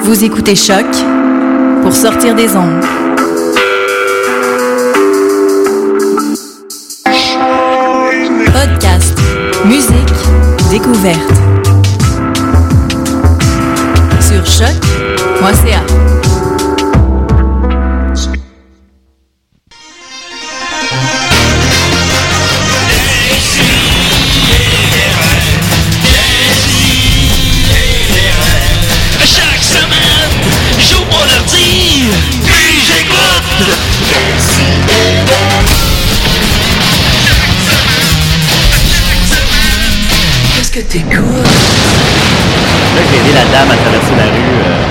Vous écoutez Choc pour sortir des ondes. Podcast, musique, découverte. Sur choc.ca. Là, j'ai aidé la dame à traverser la rue.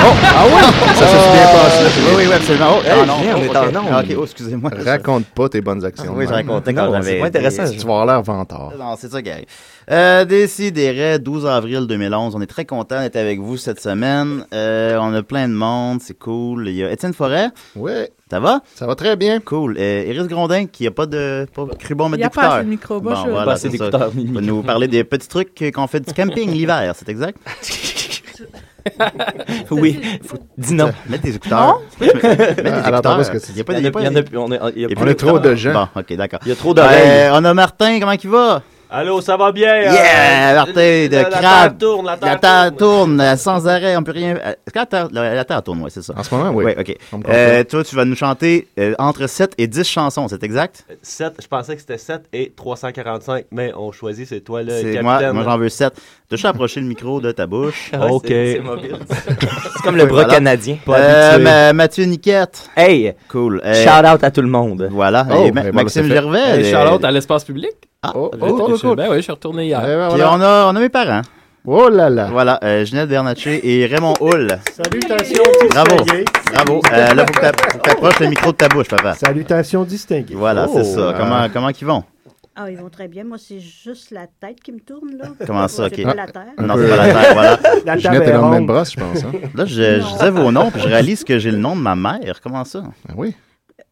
Oh, ah ouais? Oh. Ça, ça s'est bien passé. Oui, oui, oui, absolument. Oh, Hey, ah non, merde, on oh, est ok. en onde. Ah, ok, oh, excusez-moi. Ah, Raconte pas tes bonnes actions. hein. Oui, je racontais quand Non, j'avais C'est pas été- intéressant. Tu vas avoir l'air vantard. Non, c'est ça, Gary. Euh, Décidérez, 12 avril 2011. On est très content d'être avec vous cette semaine. Euh, on a plein de monde, c'est cool. Il y a Étienne Forêt, Ouais, ça va? ça va très bien. Cool. Euh, Iris Grondin, qui n'a pas de. Pas cru bon Il mettre n'y a pas assez d'écouteurs. de micro. Bon, Bon, voilà, Pas assez c'est ça. d'écouteurs, Tu ni de vas nous parler des petits trucs qu'on fait du camping l'hiver, c'est exact? Oui, faut- dis non. Mets tes écouteurs. Mets tes Elle entend écouteurs. pas ce que tu Il dis. y a pas Il de- y il y en a a- pas il y en de- a- on est- il y a il y a pas On a d'écouteurs. trop de gens. Bon, ok, d'accord. Il y a trop Euh, d'oreilles. on a Martin, comment il va? Allô, ça va bien? euh, Yeah, Martin de la, Crabe. La terre tourne, la terre La terre tourne. tourne euh, sans arrêt, on peut rien. euh, c'est quand La terre, la- la terre tourne, ouais, c'est ça. En ce moment, oui. Ouais, ok. On me Euh, toi, tu vas nous chanter euh, entre 7 et 10 chansons, c'est exact? Euh, Sept, je pensais que c'était 7 et 345, mais on choisit, c'est toi le C'est capitaine. moi, moi j'en veux 7. Tu juste approcher le micro de ta bouche. Ah ouais, Ok. c'est- c'est mobile. C'est comme le Oui, bras voilà. canadien. Euh, Ma- Mathieu Niquette. Hey, Cool. Euh, shout out à tout le monde. Voilà. Oh, Ah, Et Ma- ben voilà, Maxime c'est fait. Gervais. Hey, les- Charlotte à l'espace public. Ah, Oh, J'étais oh, oh, chez- Ben oui, je suis retourné Eh hier. ben Puis voilà. on a, on a mes parents. Oh là là. Voilà, euh, Ginette Bernatchez et Raymond Hull. Salutations Bravo. distinguées. Bravo. Euh, là, faut que t'a- faut que t'approches le micro de ta bouche, papa. Salutations distinguées. Voilà, Oh, c'est ça. euh, Comment, comment qu'ils vont? Ah, ils vont très bien. Moi, c'est juste la tête qui me tourne, là. Comment ça, C'est ok. pas la terre. Un Non, peu- c'est pas la terre, voilà. La Ginette est table est dans le même ronde. brosse, je pense. hein. Là, je, je disais vos noms, puis je réalise que j'ai le nom de ma mère. Comment ça? Ah Oui.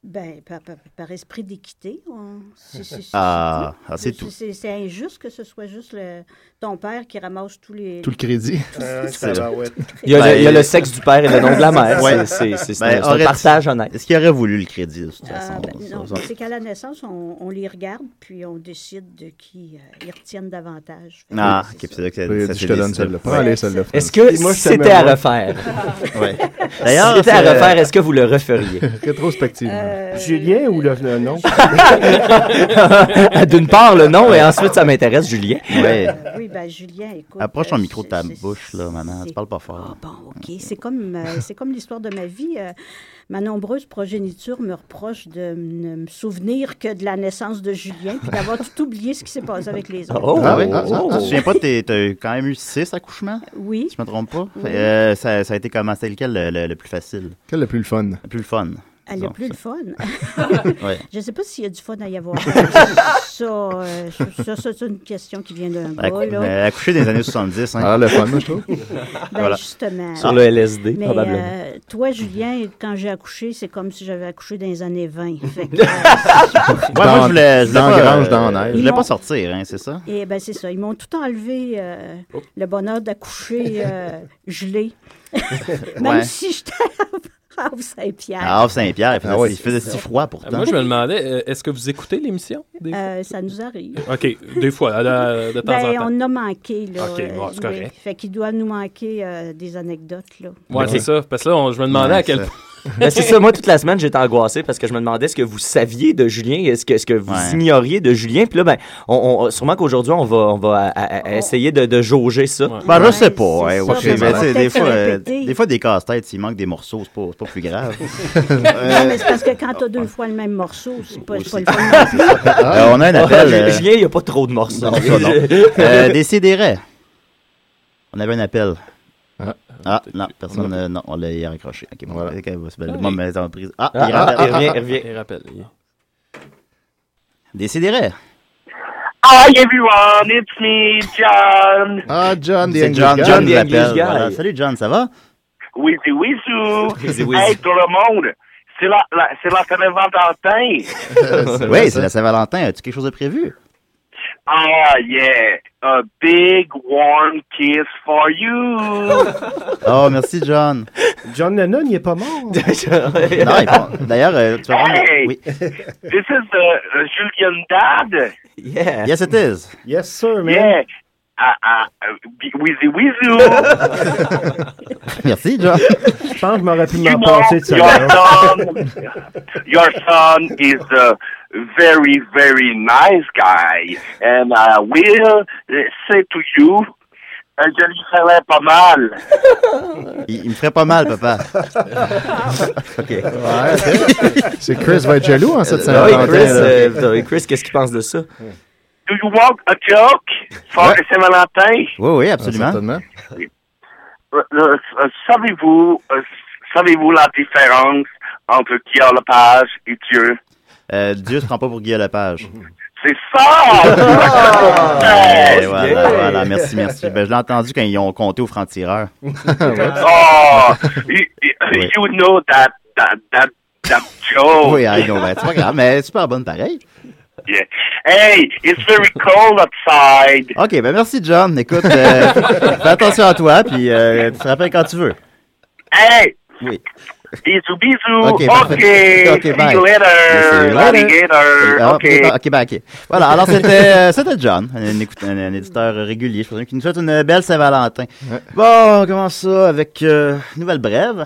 Ben, par, par- par esprit d'équité, on... c'est- c'est- c'est- Ah, ah, c'est tout. C'est c'est injuste que ce soit juste le... ton père qui ramasse tous les... Tout le crédit. Euh, C'est tabarouette. Il y, a Ben, le, il y a le sexe du père et le nom de la mère. Ouais. C'est- C'est c'est- c'est Ben, un- c'est un aurait- partage honnête. Euh, Est-ce qu'il aurait voulu le crédit, de toute façon? Ah, ben, Ça, non, ça- c'est qu'à la naissance, on, on les regarde, puis on décide de qui euh, ils retiennent davantage. Fait que Ah, c'est ok, puis ça. c'est là que ça- Oui, ça Je fait te des- donne celle-là. Prends Ouais. allez, celle-là. Est-ce que Et moi, si je t'aime c'était à moins. refaire, Ouais. si D'ailleurs, c'était à c'est- euh, refaire, est-ce que vous le referiez? Rétrospective. Euh, Julien ou le le nom? D'une part, le nom, et ensuite, ça m'intéresse, Julien. Ouais. euh, oui, ben, Julien, écoute... Approche ton euh, micro de ta c'est- c'est- bouche, là, maman. c'est- Tu parles pas fort. Ah bon, OK. C'est comme, euh, c'est comme l'histoire de ma vie. Euh, ma nombreuse progéniture me reproche de ne me souvenir que de la naissance de Julien puis d'avoir tout oublié ce qui s'est passé avec les autres. Oh, Ah oui, ah, oh. Tu te souviens pas, t'es- t'as eu quand même eu six accouchements, Oui. si je me trompe pas? Euh, ça, ça a été comment? C'était lequel le, le- le plus facile, Quel est le plus le fun? le plus fun? Elle Non, n'a plus le fun. Ouais. Je ne sais pas s'il y a du fun à y avoir. ça, euh, ça, ça, c'est une question qui vient d'un Accou- bas. Bah, là. euh, accouché des années 70, hein. Ah, le fun, moi, je trouve. Ben, voilà. Justement. Sur le LSD, Mais probablement. euh, toi, Julien, quand j'ai accouché, c'est comme si j'avais accouché dans les années 20. Fait que, euh, Ouais, moi, je voulais, je voulais dans pas, Grange, euh, dans Neige. Je voulais pas sortir, hein, c'est ça? Et ben c'est ça. Ils m'ont tout enlevé euh, Oh. le bonheur d'accoucher euh, gelé. Même Ouais. si j'étais en Havre Saint-Pierre. À Havre Saint-Pierre, il faisait, Ah oui. il faisait si froid pourtant. Ah, Moi, je me demandais, euh, est-ce que vous écoutez l'émission? des fois? Euh, ça nous arrive. OK, des fois, là, de, de temps Ben, en temps. on a manqué, là. Ok, bon, c'est oui. correct. Fait qu'il doit nous manquer euh, des anecdotes, là. Ouais, c'est ça. Parce que là, on- je me demandais à quel point. Ben, c'est ça, moi, toute la semaine, j'étais angoissé parce que je me demandais ce que vous saviez de Julien, est-ce que, est-ce que vous Ouais. ignoriez de Julien. Puis là, ben, on, on- sûrement qu'aujourd'hui, on va, on va à- à- à essayer de, de jauger ça. Ouais. Ben, je Ouais, sais pas. ouais, c'est ouais, ça, mais ben, tu sais, on va des, peut-être fois, euh, répéter. des fois, des casse-têtes, s'il manque des morceaux, c'est pas, c'est pas plus grave. Non, mais c'est parce que quand t'as deux fois le même morceau, c'est pas, c'est pas le fun. Euh, on a un appel. Ouais, euh, Ah, Julien, il n'y a pas trop de morceaux. Non, ça, non. Euh, Décidérez. On avait un appel. Ah. Ah, non, personne. euh, non, on l'a raccroché. Ok, bon, Voilà. ok, c'est belle. Ah, Bon, il- mais en prise. Ah, Ah, il ah, rappelle. il revient, il revient. Il rappelle. il- Décidérez. Hi everyone, it's me, John. Ah, John, the C'est English John, guy. John the nous English appelle. guy. Voilà. Salut John, ça va? Wizzy Wizou. Wizzy wizzy. Hey tout le monde, c'est la, la, c'est la Saint-Valentin. Oui, c'est la Saint-Valentin. As-tu quelque chose de prévu? Ah yeah, a big warm kiss for you. Oh, merci John. John Lennon, il est pas mort. Non, il faut- D'ailleurs, euh, tu vas rendre. Hey! Oui. This is the uh, Julian Dad. Yeah. Yes, it is. Yes, sir, man. Yeah. Ah, ah, ah, Wizzy Wizou. Merci John. Je pense que je m'aurais pu You m'en know, passer de ça. your son, your son is a very, very nice guy. And I will uh, say to you, euh, je lui ferai pas mal. Il, il me ferait pas mal, papa. C'est Chris va être hein, jaloux en cette Ah oui, Saint-Valentin. Chris, là. euh, Victor- Chris, qu'est-ce qu'il pense de ça? Do you want a joke for Saint-Valentin? Oui, oui, Ah, absolument. certainement. Euh, euh, euh, savez-vous, euh, savez-vous la différence entre Guillaume Lepage et Dieu? Euh, Dieu se prend pas pour Guillaume Lepage. C'est ça! Eh, Ouais. voilà, voilà, merci, merci. Ben, je l'ai entendu quand ils ont compté au franc-tireur. Oh, you, you- Oui. you know that, that, that, that joke. Oui, Oh, I know, ben, c'est pas grave, mais super bonne pareil. Yeah. Hey, it's very cold outside. OK, ben merci, John. Écoute, euh, fais attention à toi, puis euh, tu te rappelles quand tu veux. Hey. Oui. Bisous, bisous. Ok, Okay. parfait. Ok, bye. Oh, See you later. See you later. Alligator. Ah, Okay. OK, ben OK. Voilà, alors c'était euh, c'était John, un, écoute- un- un éditeur régulier, je pense, qui nous souhaite une belle Saint-Valentin. Bon, on commence ça avec euh, nouvelle brève.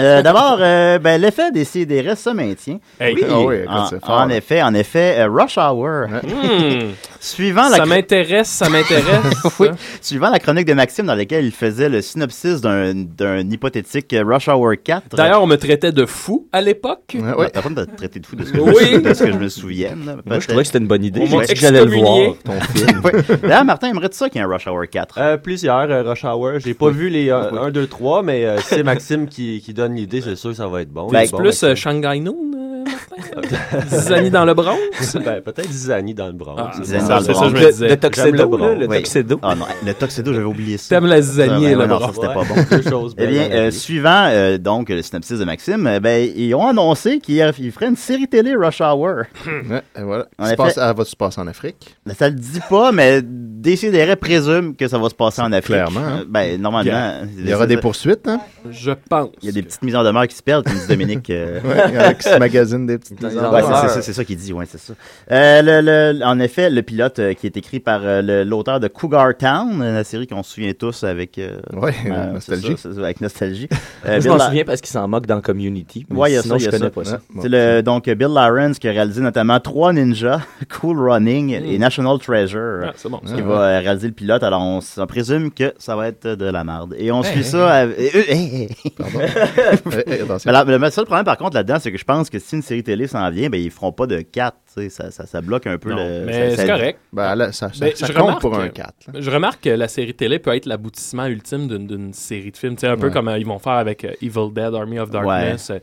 Euh, D'abord, euh, ben, l'effet des CDR se maintient. Hey. Oui, Ah oui, écoute, en, c'est fort, en là. effet, en effet, euh, Rush Hour. Hmm. Suivant la Ça m'intéresse, ça m'intéresse. Oui. ça. Suivant la chronique de Maxime dans laquelle il faisait le synopsis d'un- d'un hypothétique euh, Rush Hour 4. D'ailleurs, on me traitait de fou à l'époque. Ouais, Ouais, ouais. Bah, t'as pas de traiter de fou de ce que, je, Oui. me, de ce que je me souviens. là, Moi, je peut-être. trouvais que c'était une bonne idée. On J'ai m'a dit que j'allais le voir, excommunié. ton film. Oui. D'ailleurs, Martin, aimerais-tu ça qu'il y ait un Rush Hour 4? Euh, plusieurs euh, Rush Hour. J'ai pas vu les 1, 2, 3, mais euh, c'est Maxime qui, qui donne l'idée, c'est sûr que ça va être bon. Ben, Il est c'est bon, Plus Maxime. euh, Shanghai Noon, euh, Martin. Zizanie dans le Bronx. Ben, peut-être Zizani dans le Bronx. Ah, C'est Zizani ça. dans le c'est ça, Bronx. je Le, me le disais. Tuxedo, J'aime le bras. là, le Oui. Tuxedo. Ah non, le Tuxedo, j'avais oublié ça. T'aimes la zizanie Ça, et ouais, le non, bras. ça, c'était pas bon. Deux choses. Eh belles bien, dans la euh, vie. suivant euh, donc le synopsis de Maxime, euh, ben, ils ont annoncé qu'ils ils feraient une série télé Rush Hour. Ouais, et voilà. En Se effet. Ben, passe- Elle va se passer en Afrique. Ça le dit pas, mais Décideret présume que ça va se passer en Afrique. Clairement, hein. Euh, Ben, normalement. Il y aura des poursuites, hein? Je pense. Il y a des petites mises en demeure qui se perdent, comme dit Dominique. euh, Ouais, il y en a qui se magasinent des petites Des Ouais, Horreur. c'est- c'est ça- c'est ça qu'il dit, ouais, c'est ça. Euh, le- le- en effet, le pilote euh, qui est écrit par euh, le- l'auteur de Cougar Town, euh, la série qu'on se souvient tous avec, euh, Ouais, euh, nostalgie. c'est ça, c'est ça, avec nostalgie. Euh, Moi, Bill Je m'en La- souviens parce qu'il s'en moque dans Community. mais Ouais, il y a sinon, ça, il y je a connais ça. pas Ouais, ça. bon. C'est le, donc euh, Bill Lawrence qui a réalisé notamment Trois Ninjas, Cool Running Mm. et National Treasure. Ah, c'est bon. ça. Qui va euh, réaliser le pilote, alors on, s- on présume que ça va être de la merde. Et on suit ça. à- et- euh, hey, hey. Pardon. Eh, eh, attention. Mais la- le seul problème par contre là-dedans, c'est que je pense que si une série télé s'en vient, ben, ils feront pas de 4. Ça, ça, ça bloque un peu Non, le. mais ça- ça- c'est correct. Ben, là, ça, ça- Ben, ça je compte remarque pour un que- 4. Je remarque que la série télé peut être l'aboutissement ultime d'une- d'une série de films. Tu sais, un peu Ouais. comme euh, ils vont faire avec euh, Evil Dead, Army of Darkness. Euh,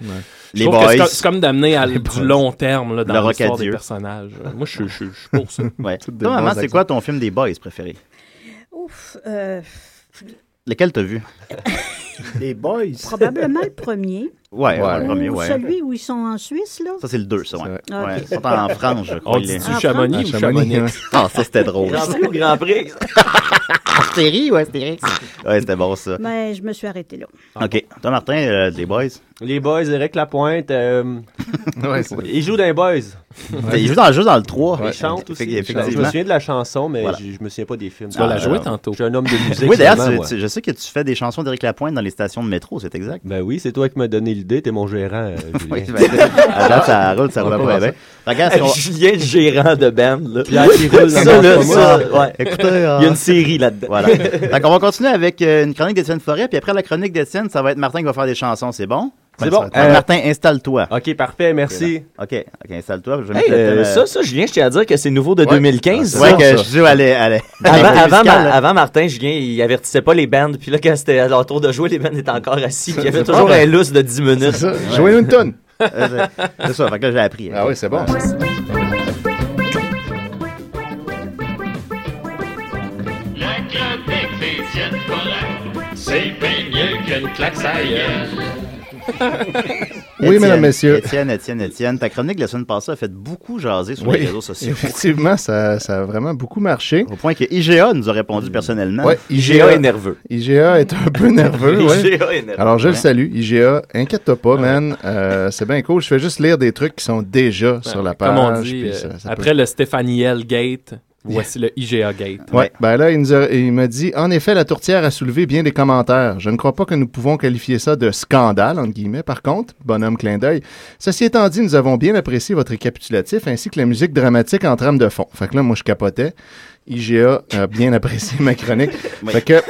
je Les trouve que c'est Boys. co- c'est comme d'amener à du long terme là, Le dans l'histoire Rocadieux. des personnages. Euh, Moi, je suis- je suis je suis pour ça. Ouais. Toutes des Toi, maman, bons c'est accents. quoi ton film des boys préféré? Ouf, euh, Lequel t'as vu? Les boys. probablement le premier. Ouais, ouais, le Ouais. premier, Ou ouais. celui où ils sont en Suisse, là? Ça, c'est le 2, ça, ouais. C'est vrai. ouais. Ok. Ils sont en France, je crois. On les- dit Ah, Oh, Chamonix ou Chamonix, Chamonix? ouais. Ah, ça, c'était drôle. Grand Prix ou Grand Prix? Astérix, ouais, Astérix. Ouais, c'était bon, ça. Mais Ben, je me suis arrêtée là. OK. Toi, Martin, euh, des boys. Les boys, Eric Lapointe, euh, Ouais, c'est- il joue dans les boys. Il joue dans, juste dans le 3. Il chante aussi. Je me Effectivement. souviens de la chanson, mais Voilà. je, je me souviens pas des films. Tu vas la Ah, jouer euh, tantôt. Je suis un homme de musique. Oui, d'ailleurs, seulement, tu- moi. tu- je sais que tu fais des chansons d'Éric Lapointe dans les stations de métro, c'est exact. Ben oui, c'est toi qui m'as donné l'idée, t'es mon gérant, euh, Julien. Oui, ben, à date, ça roule, ça roule On pas va bien. Regarde, si on- Julien, le gérant de band, là. Pierre qui roule dans Ça, mon là, Thomas. ça, ouais. Écoutez, euh, Il y a une série là-dedans. Voilà. Donc, on va continuer avec euh, une chronique d'Étienne Forêt, puis après la chronique d'Étienne, ça va être Martin qui va faire des chansons, c'est bon? C'est bon. Euh, Martin, installe-toi. Ok, parfait, merci. OK, OK, installe-toi. Je vais Hey, mettre le euh, thème, euh, ça, ça, Julien, je tiens à dire que c'est nouveau de 2015. ça. Ouais, ça, que ça. je joue, allez, allez. Avant, Allez, avant, musical, Ma- là. avant Martin, Julien, il avertissait pas les bandes. Puis là, quand c'était à leur tour de jouer, les bandes étaient encore assis. Puis il y avait toujours un lousse de 10 minutes. ça. Jouez-nous une tonne. Euh, c'est- C'est ça, fait que là, j'ai appris. Ah oui, c'est bon. La chronique des Étienne Forêt, c'est bien mieux qu'une claque sailleuse. Oui, mesdames, messieurs. Étienne, Étienne, Étienne, ta chronique de la semaine passée a fait beaucoup jaser sur les Oui, réseaux sociaux. effectivement, ça, ça a vraiment beaucoup marché. Au point que IGA nous a répondu personnellement. Ouais, IGA est nerveux. IGA est un peu nerveux, ouais. IGA est nerveux. Alors, je le salue, IGA. Inquiète-toi pas, man. Euh, c'est bien cool. Je fais juste lire des trucs qui sont déjà sur la page. Comme on dit, puis euh, ça- ça peut- après le Stéphaniel Gate, voici le IGA Gate. Ouais. Ben là, il, nous a- il m'a dit En effet, la tourtière a soulevé bien des commentaires. Je ne crois pas que nous pouvons qualifier ça de scandale, entre guillemets, par contre. Bonhomme clin d'œil. Ceci étant dit, nous avons bien apprécié votre récapitulatif ainsi que la musique dramatique en trame de fond. Fait que là, moi, je capotais. IGA a bien apprécié ma chronique. Oui. Fait que.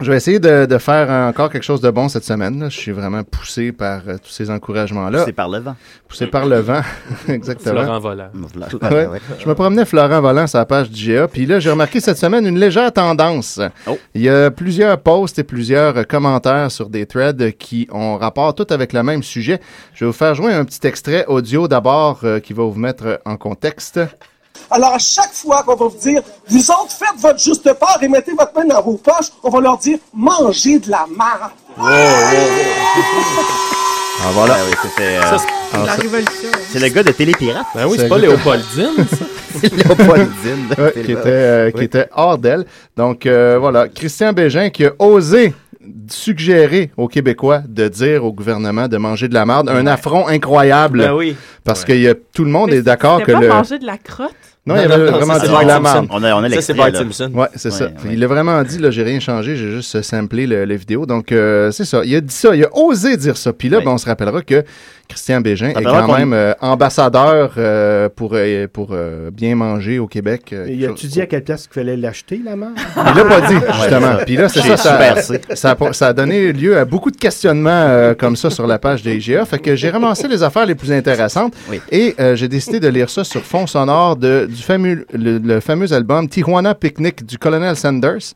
Je vais essayer de, de faire encore quelque chose de bon cette semaine. là. Je suis vraiment poussé par euh, tous ces encouragements-là. C'est par le vent. Poussé par le vent. Exactement. Florent Volant. Voilà. ben Ouais. Je me promenais Florent Volant sur la page d'IGA, puis là, j'ai remarqué cette semaine une légère tendance. Oh. Il y a plusieurs posts et plusieurs euh, commentaires sur des threads qui ont rapport tout avec le même sujet. Je vais vous faire jouer un petit extrait audio d'abord euh, qui va vous mettre en contexte. Alors, à chaque fois qu'on va vous dire, vous autres, faites votre juste part et mettez votre main dans vos poches, on va leur dire, mangez de la merde. Oh, Ah, voilà. oui, c'était, euh, Ça, c'est- La révolution. c'est le gars de Télépirate. ben oui, Ça c'est pas goûte- Léopoldine, ça. Léopoldine de Ouais, qui, était, Télépirate. euh, qui Oui. était hors d'elle. Donc euh, voilà, Christian Bégin qui a osé suggérer aux Québécois de dire au gouvernement de manger de la marde. Un affront incroyable. Ben oui. Parce que y a- tout le monde est d'accord que le... de la crotte? Non, il y Non, avait non, non, vraiment ça, dit c'est de Bart la Simpson. marde. On a, on a Ça, c'est l'extrait, Bart là. Simpson. Ouais, c'est Ouais, ça. ouais. Il a vraiment dit, là, j'ai rien changé, j'ai juste euh, samplé le, le vidéo. Donc, euh, c'est ça. Il a dit ça, il a osé dire ça. Puis là, Ouais. ben, on se rappellera que Christian Bégin est Rappellera quand qu'on- même euh, ambassadeur euh, pour, euh, pour euh, bien manger au Québec. euh, Il quelque a-tu chose- dit à quelle place qu'il fallait l'acheter, la marde? Il l'a pas dit, justement. Puis là, c'est ça, J'ai ça, super C. ça, a, ça a donné lieu à beaucoup de questionnements euh, comme ça sur la page des IGA. Fait que j'ai ramassé les affaires les plus intéressantes Oui. et euh, j'ai décidé de lire ça sur fond sonore de, du fameux, le, le fameux album Tijuana Picnic du Colonel Sanders.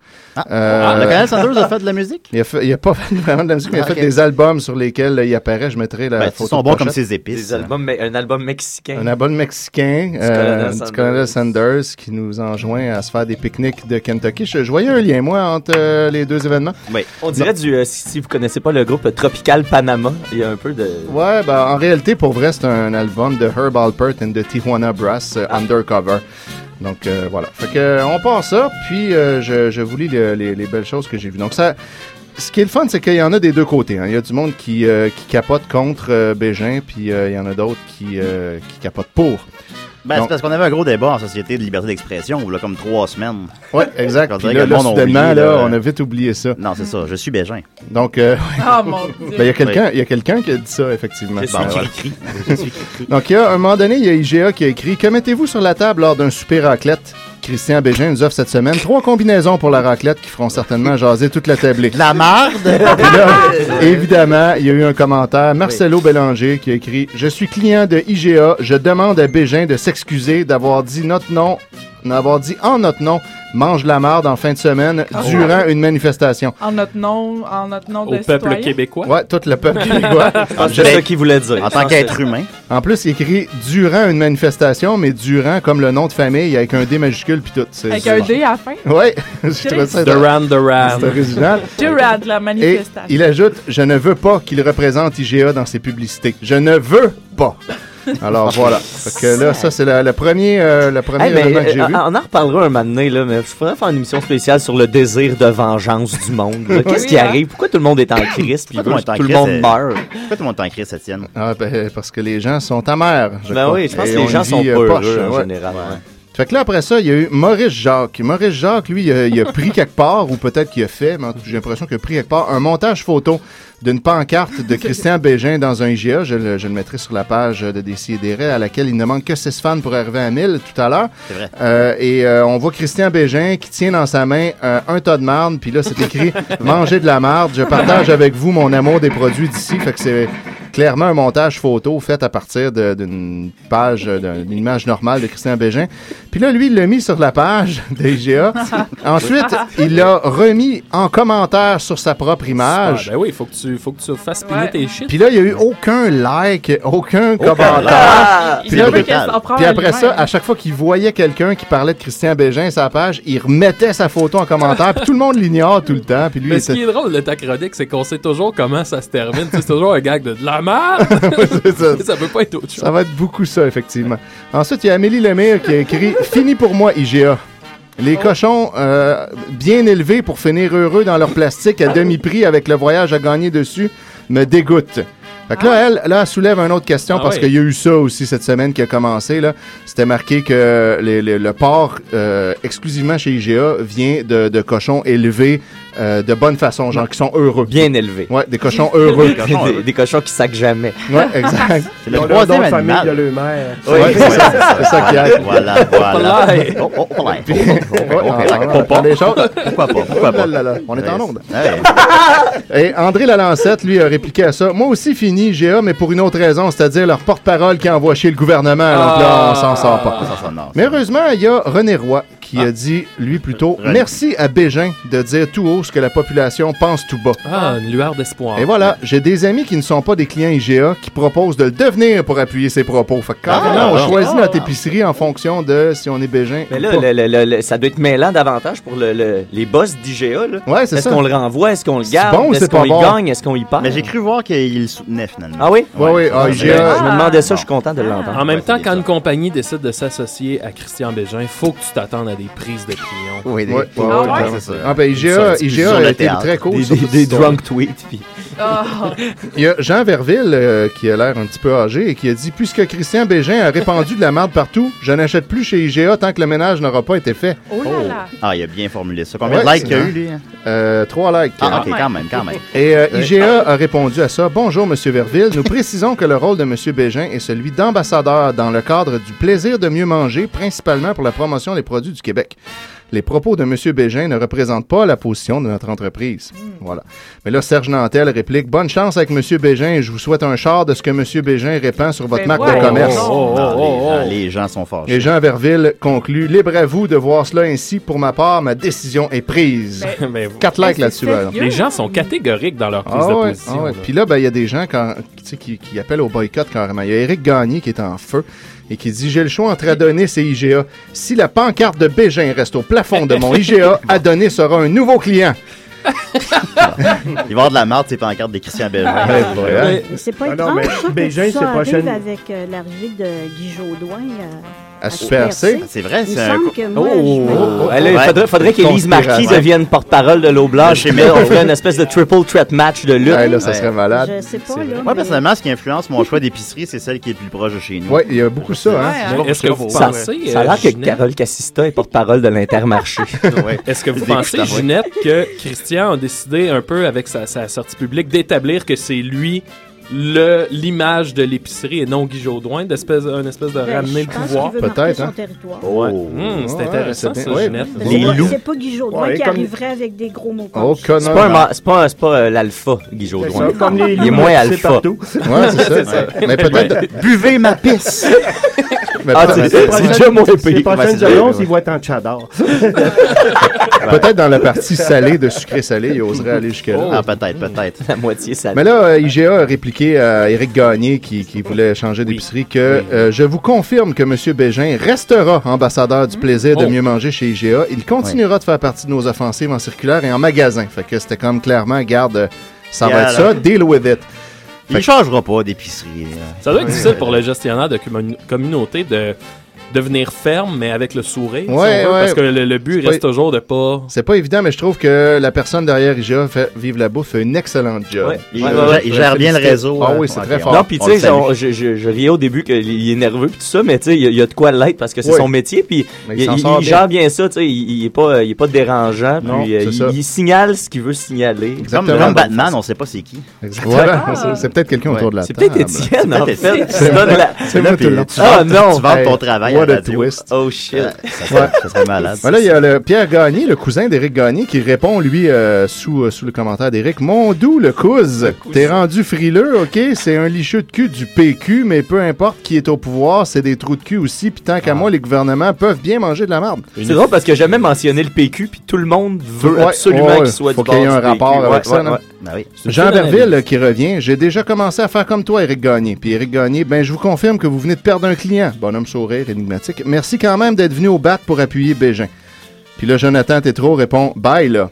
Euh, Ah, le Canal Sanders a fait de la musique? il a, fait- il a pas fait vraiment de la musique, mais il a Ah, fait ok. des albums sur lesquels euh, il apparaît. Je mettrai la Ben, photo. ils sont de bons comme pochette. ses épices. Des albums, mais un album mexicain. Un album mexicain euh, Colonel du Sanders. Colonel Sanders qui nous enjoint à se faire des pique-niques de Kentucky. Je, je voyais un lien, moi, entre euh, les deux événements. On dirait du. euh, si, si vous connaissez pas le groupe Tropical Panama, il y a un peu de. Ouais, ben, en réalité, pour vrai, c'est un album de Herb Alpert and de Tijuana Brass, euh, Undercover. Donc euh, voilà. Fait que euh, on part ça, puis euh, je, je vous lis le- les, les belles choses que j'ai vues. Donc ça. Ce qui est le fun, c'est qu'il y en a des deux côtés. hein. Il y a du monde qui, euh, qui capote contre euh, Bégin, puis euh, il y en a d'autres qui, euh, qui capotent pour. Ben, c'est Non. parce qu'on avait un gros débat en société de liberté d'expression, il y a comme trois semaines. Ouais, exact. On Puis dirait là, que là, le monde a soudainement, oublié, là, là. euh, on a vite oublié ça. Non, c'est ça, je suis Bégin. Donc, euh, Ah, mon ben, il y a quelqu'un il y a quelqu'un qui a dit ça, effectivement. Ben, Je suis Bon, qui voilà. crie. Donc, il y a, à un moment donné, il y a IGA qui a écrit Que mettez-vous sur la table lors d'un souper raclette Christian Bégin nous offre cette semaine trois combinaisons pour la raclette qui feront certainement jaser toute la tablée. La marde! Puis là, évidemment, il y a eu un commentaire. Marcelo Bélanger qui a écrit Je suis client de IGA. Je demande à Bégin de s'excuser d'avoir dit notre nom. avoir dit en notre nom mange la marde en fin de semaine Oh. durant une manifestation. En notre nom, en notre nom de citoyen. Ouais, tout le peuple Ah, québécois. Ah, Je pense que c'est ça qu'il voulait dire. Ben, En tant qu'être humain. En plus, il écrit durant une manifestation, mais durant comme le nom de famille avec un D majuscule puis tout. C'est- Avec c'est un bon. D à la fin. Ouais, je trouvais ça. Durant, Durant. C'est original. Durant la Et manifestation. il ajoute Je ne veux pas qu'il représente IGA dans ses publicités. Je ne veux pas. Alors voilà. Fait que là, ça, c'est la- le premier, euh, le premier Hey, ben, mais, élément que j'ai euh, vu. on en reparlera un moment donné, là, mais je pourrais faire une émission spéciale sur le désir de vengeance du monde. là. Qu'est-ce Oui, qui hein? arrive? Pourquoi tout le monde est en crise? Puis Pourquoi veut tout le monde est en que tout le crise, monde euh, meurt. Pourquoi tout le monde est en crise, Étienne? Ah, ben, parce que les gens sont amers. Je Ben crois. oui, je pense Et que les on gens vit, sont hein, euh, pas poche, heureux, en ouais. général. ouais. Fait que là, après ça, il y a eu Maurice Jacques. Maurice Jacques, lui, il a, il a pris quelque part, ou peut-être qu'il a fait, mais en tout cas, j'ai l'impression qu'il a pris quelque part, un montage photo d'une pancarte de Christian Bégin dans un IGA. Je le, je le mettrai sur la page de Décideret, à laquelle il ne manque que 6 fans pour arriver à 1000 tout à l'heure. C'est vrai. Euh, et euh, on voit Christian Bégin qui tient dans sa main euh, un tas de marde, puis là, c'est écrit « Mangez de la marde, je partage avec vous mon amour des produits d'ici ». Fait que c'est clairement un montage photo fait à partir de- d'une page, euh, d'un- d'une image normale de Christian Bégin. Puis là, lui, il l'a mis sur la page des IGA. Ensuite, il l'a remis en commentaire sur sa propre Ah, image. ben oui, faut que tu, faut que tu fasses piner tes shit. Puis là, il n'y a eu aucun like, aucun, like. commentaire. Ah, Il Puis, veut là, ben, qu'elle s'en prenne puis après elle-même. ça, à chaque fois qu'il voyait quelqu'un qui parlait de Christian Bégin sa page, il remettait sa photo en commentaire. Puis tout le monde l'ignore tout le temps. Puis lui, Mais il ce était- qui est drôle de ta chronique, c'est qu'on sait toujours comment ça se termine. Tu sais, c'est toujours un gag de, de la merde. ça. ça peut pas être autre chose. ça va être beaucoup ça, effectivement. Ensuite, il y a Amélie Lemire qui a écrit « Fini pour moi, IGA ». Les cochons euh, bien élevés pour finir heureux dans leur plastique à demi-prix avec le voyage à gagner dessus me dégoûtent. Fait que là, Ah. elle, là, elle soulève une autre question Ah parce oui. qu'il y a eu ça aussi cette semaine qui a commencé. Là. C'était marqué que les- les- le porc euh, exclusivement chez IGA vient de, de cochons élevés euh, de bonne façon, genre qui sont heureux. Bien élevés. Ouais, des cochons heureux. Des cochons, des, des cochons qui sacent jamais. Ouais, exact. C'est le Ils ont troisième leur nom de animal. famille, Le maire. Ouais, Oui. c'est ça, Ah, c'est ça qui arrive. Voilà, voilà. Oh, oh, oh, ouais. Puis- Ouais, on- on apprend des choses. Oh là là, On est en onde. Et André Lalancette, lui, a répliqué à ça. Moi aussi fini, GA, mais pour une autre raison, c'est-à-dire leur porte-parole qui envoie chez le gouvernement. Donc Ah, là, on s'en sort pas. Mais heureusement, il y a René Roy qui a dit, lui, plutôt, René. merci à Bégin de dire tout haut ce que la population pense tout bas. Ah, une lueur d'espoir. Et voilà, j'ai des amis qui ne sont pas des clients IGA qui proposent de le devenir pour appuyer ses propos. Fait que carrément, on Ah. choisit notre épicerie en fonction de si on est Bégin Mais ou là, pas. le- le- le- le- ça doit être mêlant davantage pour le- le- les boss d'IGA. là. Ouais, c'est Est-ce ça. qu'on le renvoie? Est-ce qu'on le garde? bon ou Est-ce c'est pas qu'on y bon? gagne? Est-ce qu'on y perd? Mais j'ai cru voir qu'il le soutenait finalement. Ah oui? Ouais, ouais, ah, Je- IGA. euh, Je me demandais ça, je suis content de Ah, Ah. l'entendre. Ah, En même temps, quand une compagnie décide de s'associer à Christian Bégin, faut que tu t'attendes à des prises de clients. Oui, des- Ouais, ouais, ouais, Ah ouais? c'est ça. Ah, ben, IGA Une sorte IGA d'exclusion a de été théâtre. très cool Des, sur des- cette des histoire. drunk tweets. puis- Oh. Il y a Jean Verville, euh, qui a l'air un petit peu âgé, et qui a dit Puisque Christian Bégin a répandu de la merde partout, je n'achète plus chez IGA tant que le ménage n'aura pas été fait. Oh là là. Ah, il a bien formulé ça. Combien de Ouais, likes il y a c'est eu, lui? Euh, trois likes. Ah, ok, quand même, quand même. Et euh, Ouais. IGA a répondu à ça. Bonjour, Monsieur Verville. Nous précisons que le rôle de Monsieur Bégin est celui d'ambassadeur dans le cadre du plaisir de mieux manger, principalement pour la promotion des produits du Québec. Les propos de Monsieur Bégin ne représentent pas la position de notre entreprise. Hmm. Voilà. Mais là, Serge Nantel réplique Bonne chance avec Monsieur Bégin et je vous souhaite un char de ce que Monsieur Bégin répand sur votre Ben marque voyons de commerce. donc. Ah, les Oh, gens- les gens sont forts. Et Jean Verville conclut Libre à vous de voir cela ainsi. Pour ma part, ma décision est prise. Ben, Mais- Quatre Ah, likes là-dessus. alors. Les gens sont catégoriques dans leur prise Ah de ouais, position. ah ouais. là. Puis là, ben, il y a des gens quand- tu sais, qui, qui appellent au boycott carrément. Il y a Eric Gagné qui est en feu et qui dit J'ai le choix entre Adonis et IGA. Si la pancarte de Bégin reste au plafond de mon IGA, Adonis sera un nouveau client. Il va y avoir de la merde, ces pancartes des Christian Bégin. Ouais, voilà. Mais- Mais c'est pas Ah étrange, non, mais ça, que Bégin, ça c'est arrive prochaine- avec euh, l'arrivée de Guy Jodoin À Super C. Ah, C'est vrai, Il c'est me un semble coup- que Oh, moi, je me- Elle, il Ouais. faudrait, faudrait qu'Élise Marquis Conspiration. devienne porte-parole de l'Oblage. Chez Puis là, Métro. on ferait une espèce de triple threat match de lutte. Ouais, là, ça serait malade. Je sais pas, là, Moi, mais- personnellement, ce qui influence mon choix d'épicerie, c'est celle qui est le plus proche de chez nous. Oui, il y a beaucoup ça. Hein? Mais est-ce que vous ça, pensez, ça a euh, l'air que Ginette? Carole Cassista est porte-parole de l'Intermarché. Est-ce que vous Dégoûtant, pensez, ouais. Ginette, que Christian a décidé un peu avec sa, sa sortie publique d'établir que c'est lui le l'image de l'épicerie et non Guy Jodoin, d'espèce un espèce de Ben, ramener je le pense pouvoir qu'il veut marquer son territoire. Ouais. Mmh, c'est hein. Oh. Ouais, intéressant c'est ça, bien. Ouais. Ginette. Parce que c'est pas- C'est pas Guy Jodoin qui arriverait avec des gros mots comme Oh, Oh, ça. C'est pas, un ma- c'est pas, un- c'est pas euh, l'alpha, Guy Jodoin. C'est ça, comme les Il loups, est moins c'est alpha. partout. Ouais, c'est ça. Mais peut-être- Buvez ma pisse! Mais Ah, peut- c'est- mais c'est peut- déjà moins pire. Les Ouais, prochaines c'est déjà- ouais. annonces, Eh, ils vont être en tchador. Peut-être dans la partie salée de sucré-salé, il oserait aller jusque-là. Ah, peut-être, peut-être. La moitié salée. Mais là, euh, IGA a répliqué à Éric Gagné, qui, qui voulait changer d'épicerie, que euh, je vous confirme que M. Bégin restera ambassadeur du plaisir de Oh. mieux manger chez IGA. Il continuera de faire partie de nos offensives en circulaire et en magasin. Fait que c'était comme clairement, garde, euh, ça va Yeah, être ça, là. deal with it. Il changera pas d'épicerie. Ça doit être difficile pour le gestionnaire de commun- communauté de devenir ferme, mais avec le sourire, si on Ouais, veut, ouais. parce que le, le but C'est reste pas- toujours de pas... C'est pas évident, mais je trouve que la personne derrière IGA fait Vive la bouffe fait une excellente job. Ouais. Je- Ouais, je- ouais, ouais. je- je- Ah hein. oui, c'est très fort. Non, puis tu sais, on- je, je, je riais au début qu'il est nerveux puis tout ça, mais tu sais, il y a- il y a de quoi l'être parce que c'est Oui. son métier, puis Mais il, il s'en il- sort il bien. gère bien ça, tu sais, il, il est pas, il est pas dérangeant, Non, puis euh, c'est il, ça. il signale ce qu'il veut signaler. Exactement. Comme- comme Batman, on sait pas c'est qui. Exactement. C'est- C'est peut-être quelqu'un autour de la C'est table. peut-être Étienne, en peut-être fait. Étienne. Tu donnes la- C'est moi tout le long. Ah non! Tu vends ton Hey, travail what à la a radio. twist. Oh shit! Ouais, Ça serait, ça serait malade. Voilà, il y a le Pierre Gagné, le cousin d'Éric Gagné, qui répond, lui, euh, sous, euh, sous le commentaire d'Éric. Mon doux, le cousin, t'es rendu frileux, OK? C'est un licheux de cul du PQ, mais peu importe qui est au pouvoir, c'est des trous de cul aussi. Puis Ah. tant qu'à moi, les gouvernements peuvent bien manger de la merde. C'est drôle parce que j'ai jamais mentionné le PQ, puis tout le monde veut Ouais, absolument ouais, qu'il soit faut du bord qu'il y ait un du PQ. rapport Ouais, avec ça, ouais, Ben non? ouais. une Jean bonne Berville analyse. qui revient. J'ai déjà commencé à faire comme toi, Éric Gagné. Puis Éric Gagné, ben je vous confirme que vous venez de perdre un client. Bonhomme sourire, énigmatique. Merci quand même d'être venu au bat pour appuyer Bégin. Puis là, Jonathan Tétrault répond Bye là.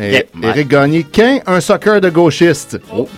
Et- Yeah, bye. Éric Gagné, qu'un un soccer de gauchiste. Oh,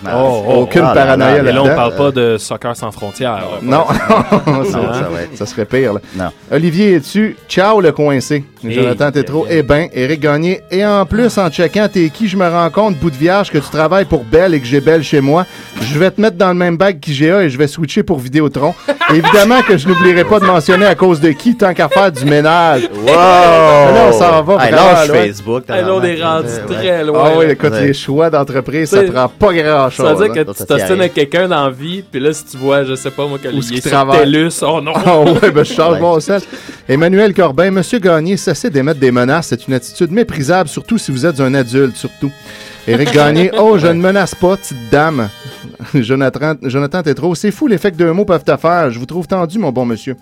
aucune Ah là là, paranoïa Et là, là-dedans. on parle pas de Soccer sans frontières. là. Non, Non, ça, hein? ça serait pire. Là. Non. Olivier, es-tu? Ciao le coincé. Hey, Jonathan Tétrault, eh ben, Éric Gagné. Et en plus, en checkant t'es qui, je me rends compte, bout de vierge, que tu travailles pour Belle et que j'ai Belle chez moi. Je vais te mettre dans le même bac qu'IGA et je vais switcher pour Vidéotron. Évidemment que je n'oublierai pas de mentionner à cause de qui, tant qu'à faire du ménage. Wow! Là, on s'en va. Hey, vraiment lâche loin. Facebook. Hey, là, on est rendu très loin. Ah oui, là. écoute, Ouais. les choix d'entreprise, ça T'sais, prend pas grand-chose. Ça veut dire hein. que tu t'ostines avec quelqu'un dans la vie, puis là, si tu vois, je sais pas, moi, que Ou ce il qui est sur travaille. TELUS, oh non! Ah ouais, ben je change mon sel. Emmanuel Corbin, Monsieur Gagné, cessez d'émettre des menaces. C'est une attitude méprisable, surtout si vous êtes un adulte, surtout. Éric Gagné, oh, je ne menace pas, petite dame. Jonathan, Jonathan Tétrault, c'est fou l'effet que deux mots peuvent te faire. Je vous trouve tendu, mon bon monsieur.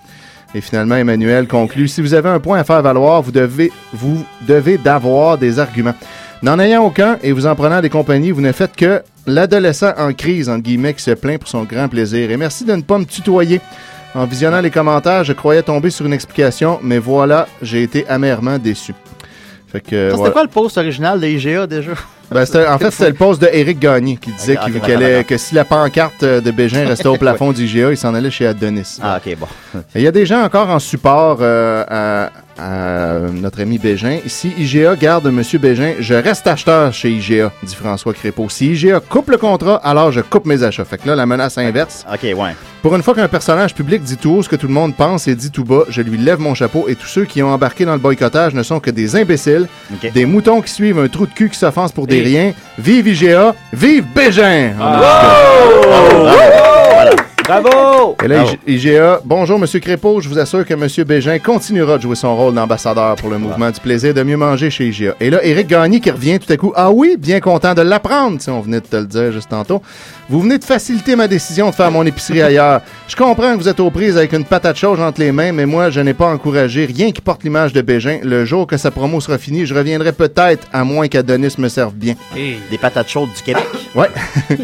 Et finalement, Emmanuel conclut, si vous avez un point à faire valoir, vous devez, vous devez d'avoir des arguments. N'en ayant aucun et vous en prenant des compagnies, vous ne faites que l'adolescent en crise, entre guillemets, qui se plaint pour son grand plaisir. Et merci de ne pas me tutoyer. En visionnant les commentaires, je croyais tomber sur une explication, mais voilà, j'ai été amèrement déçu. Fait que, Ça, C'était voilà. quoi le post original de IGA déjà? Ben, c'était- en fait, c'était le poste de Éric Gagné qui disait Ok, qu'il- ok, qu'elle d'accord, est- d'accord. que si la pancarte euh, de Bégin restait au plafond d'IGA, il s'en allait chez Adonis. Ah, ok, bon. Et Il y a des gens encore en support euh, à, à notre ami Bégin. Si IGA garde M. Bégin, je reste acheteur chez IGA, dit François Crépeau. Si IGA coupe le contrat, alors je coupe mes achats. Fait que là, la menace inverse. Ok, ouais. Pour une fois qu'un personnage public dit tout haut ce que tout le monde pense et dit tout bas, je lui lève mon chapeau et tous ceux qui ont embarqué dans le boycottage ne sont que des imbéciles, Ok. des moutons qui suivent un trou de cul qui s'offense pour des Et- riens. Vive IGA, vive Bégin! Bravo! Et là, IG- IGA, bonjour Monsieur Crépeau, je vous assure que Monsieur Bégin continuera de jouer son rôle d'ambassadeur pour le mouvement du plaisir de mieux manger chez IGA. Et là, Éric Gagné qui revient tout à coup, ah oui, bien content de l'apprendre, si on venait de te le dire juste tantôt. Vous venez de faciliter ma décision de faire mon épicerie ailleurs. Je comprends que vous êtes aux prises avec une patate chaude entre les mains, mais moi, je n'ai pas encouragé rien qui porte l'image de Bégin. Le jour que sa promo sera finie, je reviendrai peut-être, à moins qu'Adonis me serve bien. Des patates chaudes du Québec. Ouais.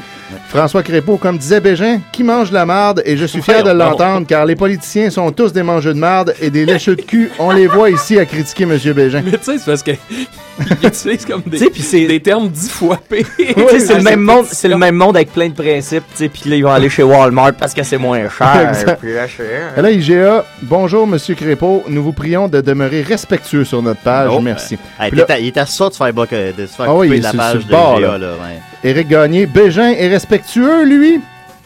François Crépeau, comme disait Bégin, qui mange la marde, et je suis fier de Voyons donc. l'entendre, car les politiciens sont tous des mangeux de marde et des lécheux de cul. On les voit ici à critiquer M. Bégin. Mais tu sais, c'est parce que ils utilisent comme Tu sais, des, puis c'est- des termes dix fois pires. Tu sais, c'est le même monde, c'est le même monde avec plein de principes, tu sais, puis là ils vont aller chez Walmart parce que c'est moins cher. Exact. Et Là, IGA, bonjour M. Crépeau, nous vous prions de demeurer respectueux sur notre page, Oh, merci. Hey, Ah, Puis là- t'es à- il était à ça de se faire, bloquer- de se faire Ah oui, couper il est la sur- sur page le de bord, IGA. là. Là, ouais. Éric Gagné, Bégin est respectueux, lui?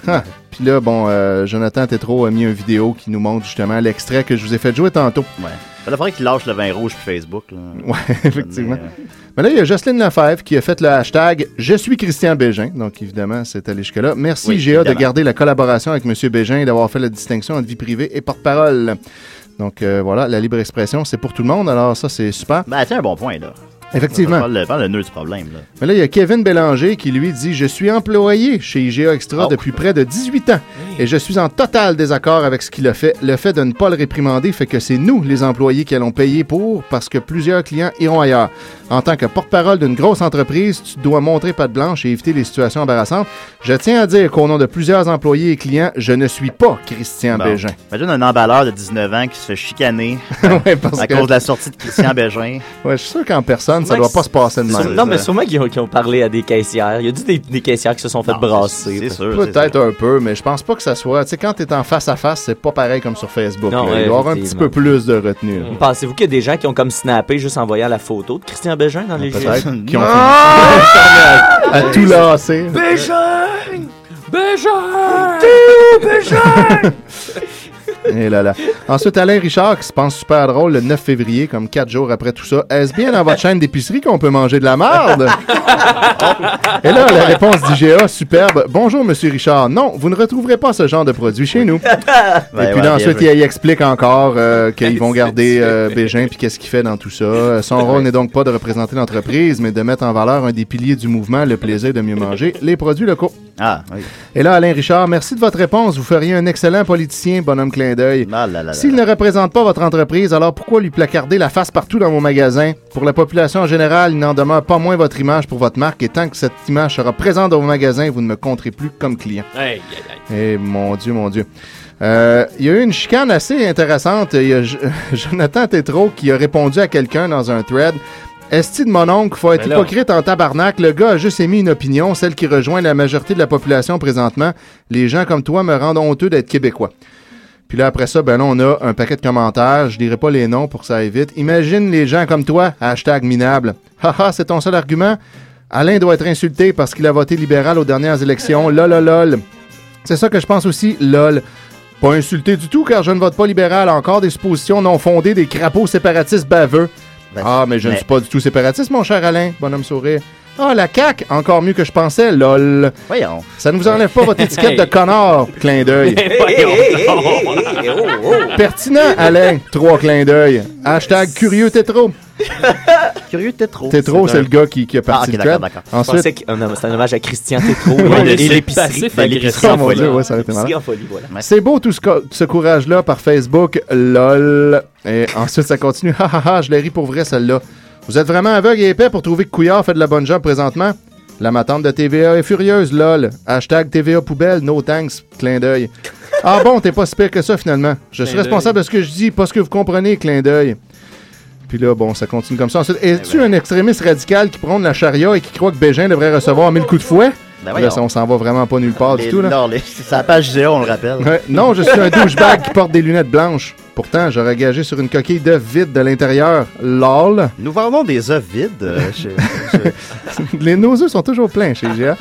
Ah. Puis là, bon, euh, Jonathan Tétrault a mis une vidéo qui nous montre justement l'extrait que je vous ai fait jouer tantôt. Ouais. Il faudrait qu'il lâche le vin rouge puis Facebook. Là. Ouais, effectivement. hein. Mais là, il y a Jocelyne Lefebvre qui a fait le hashtag Je suis Christian Bégin. Donc, évidemment, c'est allé jusque-là. Merci, Oui, GA, de évidemment. garder la collaboration avec M. Bégin et d'avoir fait la distinction entre vie privée et porte-parole. Donc, euh, voilà, la libre expression, c'est pour tout le monde. Alors, ça, c'est super. Ben, c'est un bon point, là. Effectivement. Ça parle, parle le nœud du problème, là. Mais là, il y a Kevin Bélanger qui lui dit Je suis employé chez IGA Extra Oh. depuis près de 18 ans et je suis en total désaccord avec ce qu'il a fait. Le fait de ne pas le réprimander fait que c'est nous, les employés, qui allons payer pour parce que plusieurs clients iront ailleurs. En tant que porte-parole d'une grosse entreprise, tu dois montrer patte blanche et éviter les situations embarrassantes. Je tiens à dire qu'au nom de plusieurs employés et clients, je ne suis pas Christian Bon. Bégin. Imagine un emballeur de 19 ans qui se fait chicaner Ouais, parce à que- cause de la sortie de Christian Bégin. Ouais, je suis sûr qu'en personne, ça doit pas se passer de même. Non, mais sûrement qu'ils ont, qu'ils ont parlé à des caissières. Il y a dû des, des caissières qui se sont fait brasser. C'est sûr. Peut-être un peu, mais je pense pas que ça soit. Tu sais, quand t'es en face à face, c'est pas pareil comme sur Facebook. Non, là. ouais, Il doit y avoir un petit effectivement. peu plus de retenue. là. Mm. Pensez-vous qu'il y a des gens qui ont comme snappé juste en voyant la photo de Christian Bégin dans les Peut-être. jeux? Qui ont Non! fini Oh, à, à tout lancer. Bégin! Bégin! Et là là. Ensuite, Alain Richard qui se pense super drôle le 9 février, comme 4 jours après tout ça. Est-ce bien dans votre chaîne d'épicerie qu'on peut manger de la marde? Et là, la réponse d'IGA, superbe. Bonjour, Monsieur Richard. Non, vous ne retrouverez pas ce genre de produit chez nous. Et Ouais, puis Ben ouais, là, bien ensuite, il, joué. il explique encore euh, qu'ils vont garder euh, Bégin puis qu'est-ce qu'il fait dans tout ça. Euh, Son rôle n'est donc pas de représenter l'entreprise, mais de mettre en valeur un des piliers du mouvement, le plaisir de mieux manger, les produits locaux. Ah, oui. Et là, Alain Richard, merci de votre réponse. Vous feriez un excellent politicien, bonhomme clin d'œil. S'il ne représente pas votre entreprise, alors pourquoi lui placarder la face partout dans vos magasins? Pour la population en général, il n'en demeure pas moins votre image pour votre marque et tant que cette image sera présente dans vos magasins, vous ne me compterez plus comme client. Hey, Eh mon Dieu, mon Dieu. Euh, Il y a eu une chicane assez intéressante. Il y a J- Jonathan Tétrault qui a répondu à quelqu'un dans un thread. Esti de mon oncle, faut être Ben là. hypocrite en tabarnak. Le gars a juste émis une opinion, celle qui rejoint la majorité de la population présentement. Les gens comme toi me rendent honteux d'être québécois. Puis là, après ça, ben là, on a un paquet de commentaires. Je dirai pas les noms pour que ça aille vite. Imagine les gens comme toi, hashtag minable. Haha, c'est ton seul argument? Alain doit être insulté parce qu'il a voté libéral aux dernières élections. Lololol. C'est ça que je pense aussi, lol. Pas insulté du tout car je ne vote pas libéral. Encore des suppositions non fondées des crapauds séparatistes baveux. ah, mais je ne mais- suis pas du tout séparatiste, mon cher Alain. Bonhomme sourire. Ah, la CAQ, encore mieux que je pensais, lol. Voyons. Ça ne vous enlève pas votre étiquette de connard, clin d'œil. eh, oh. Pertinent, Alain. Trois clins d'œil. Hashtag curieux tétro. Curieux, t'es trop. Tétro, c'est un- le gars qui, qui a Ah, parti ok, le d'accord, thread. d'accord. Je pensais Ensuite, que- oh non, c'est un hommage à Christian Tétrault Ouais, et, c'est et l'épicerie. passif-agressif, L'épicerie en Oh, mon hein, folie. Dieu, ouais, ça aurait été L'épicerie marrant. en folie, voilà. c'est beau tout ce, co- ce courage-là par Facebook. LOL. Et ensuite, ça continue. Ha ha ha, je l'ai ri pour vrai, celle-là. Vous êtes vraiment aveugle et épais pour trouver que Couillard fait de la bonne job présentement? La matante de TVA est furieuse, lol. Hashtag TVA poubelle, no thanks, clin d'œil. Ah bon, t'es pas si pire que ça finalement. Je suis Clin d'œil. responsable de ce que je dis, pas ce que vous comprenez, clin d'œil. Puis là, bon, ça continue comme ça. Ensuite, Eh es-tu ben. un extrémiste radical qui prône la charia et qui croit que Bégin devrait recevoir 1000 coups de fouet? Ben là, voyons. ça, on s'en va vraiment pas nulle part du Les- tout. Là. Non, les- c'est la page zéro, on le rappelle. Ouais, non, je suis un douchebag qui porte des lunettes blanches. Pourtant, j'aurais gagé sur une coquille d'œuf vide de l'intérieur. LOL. Nous vendons des œufs vides. euh, chez- chez- Les nos œufs sont toujours pleins chez GA.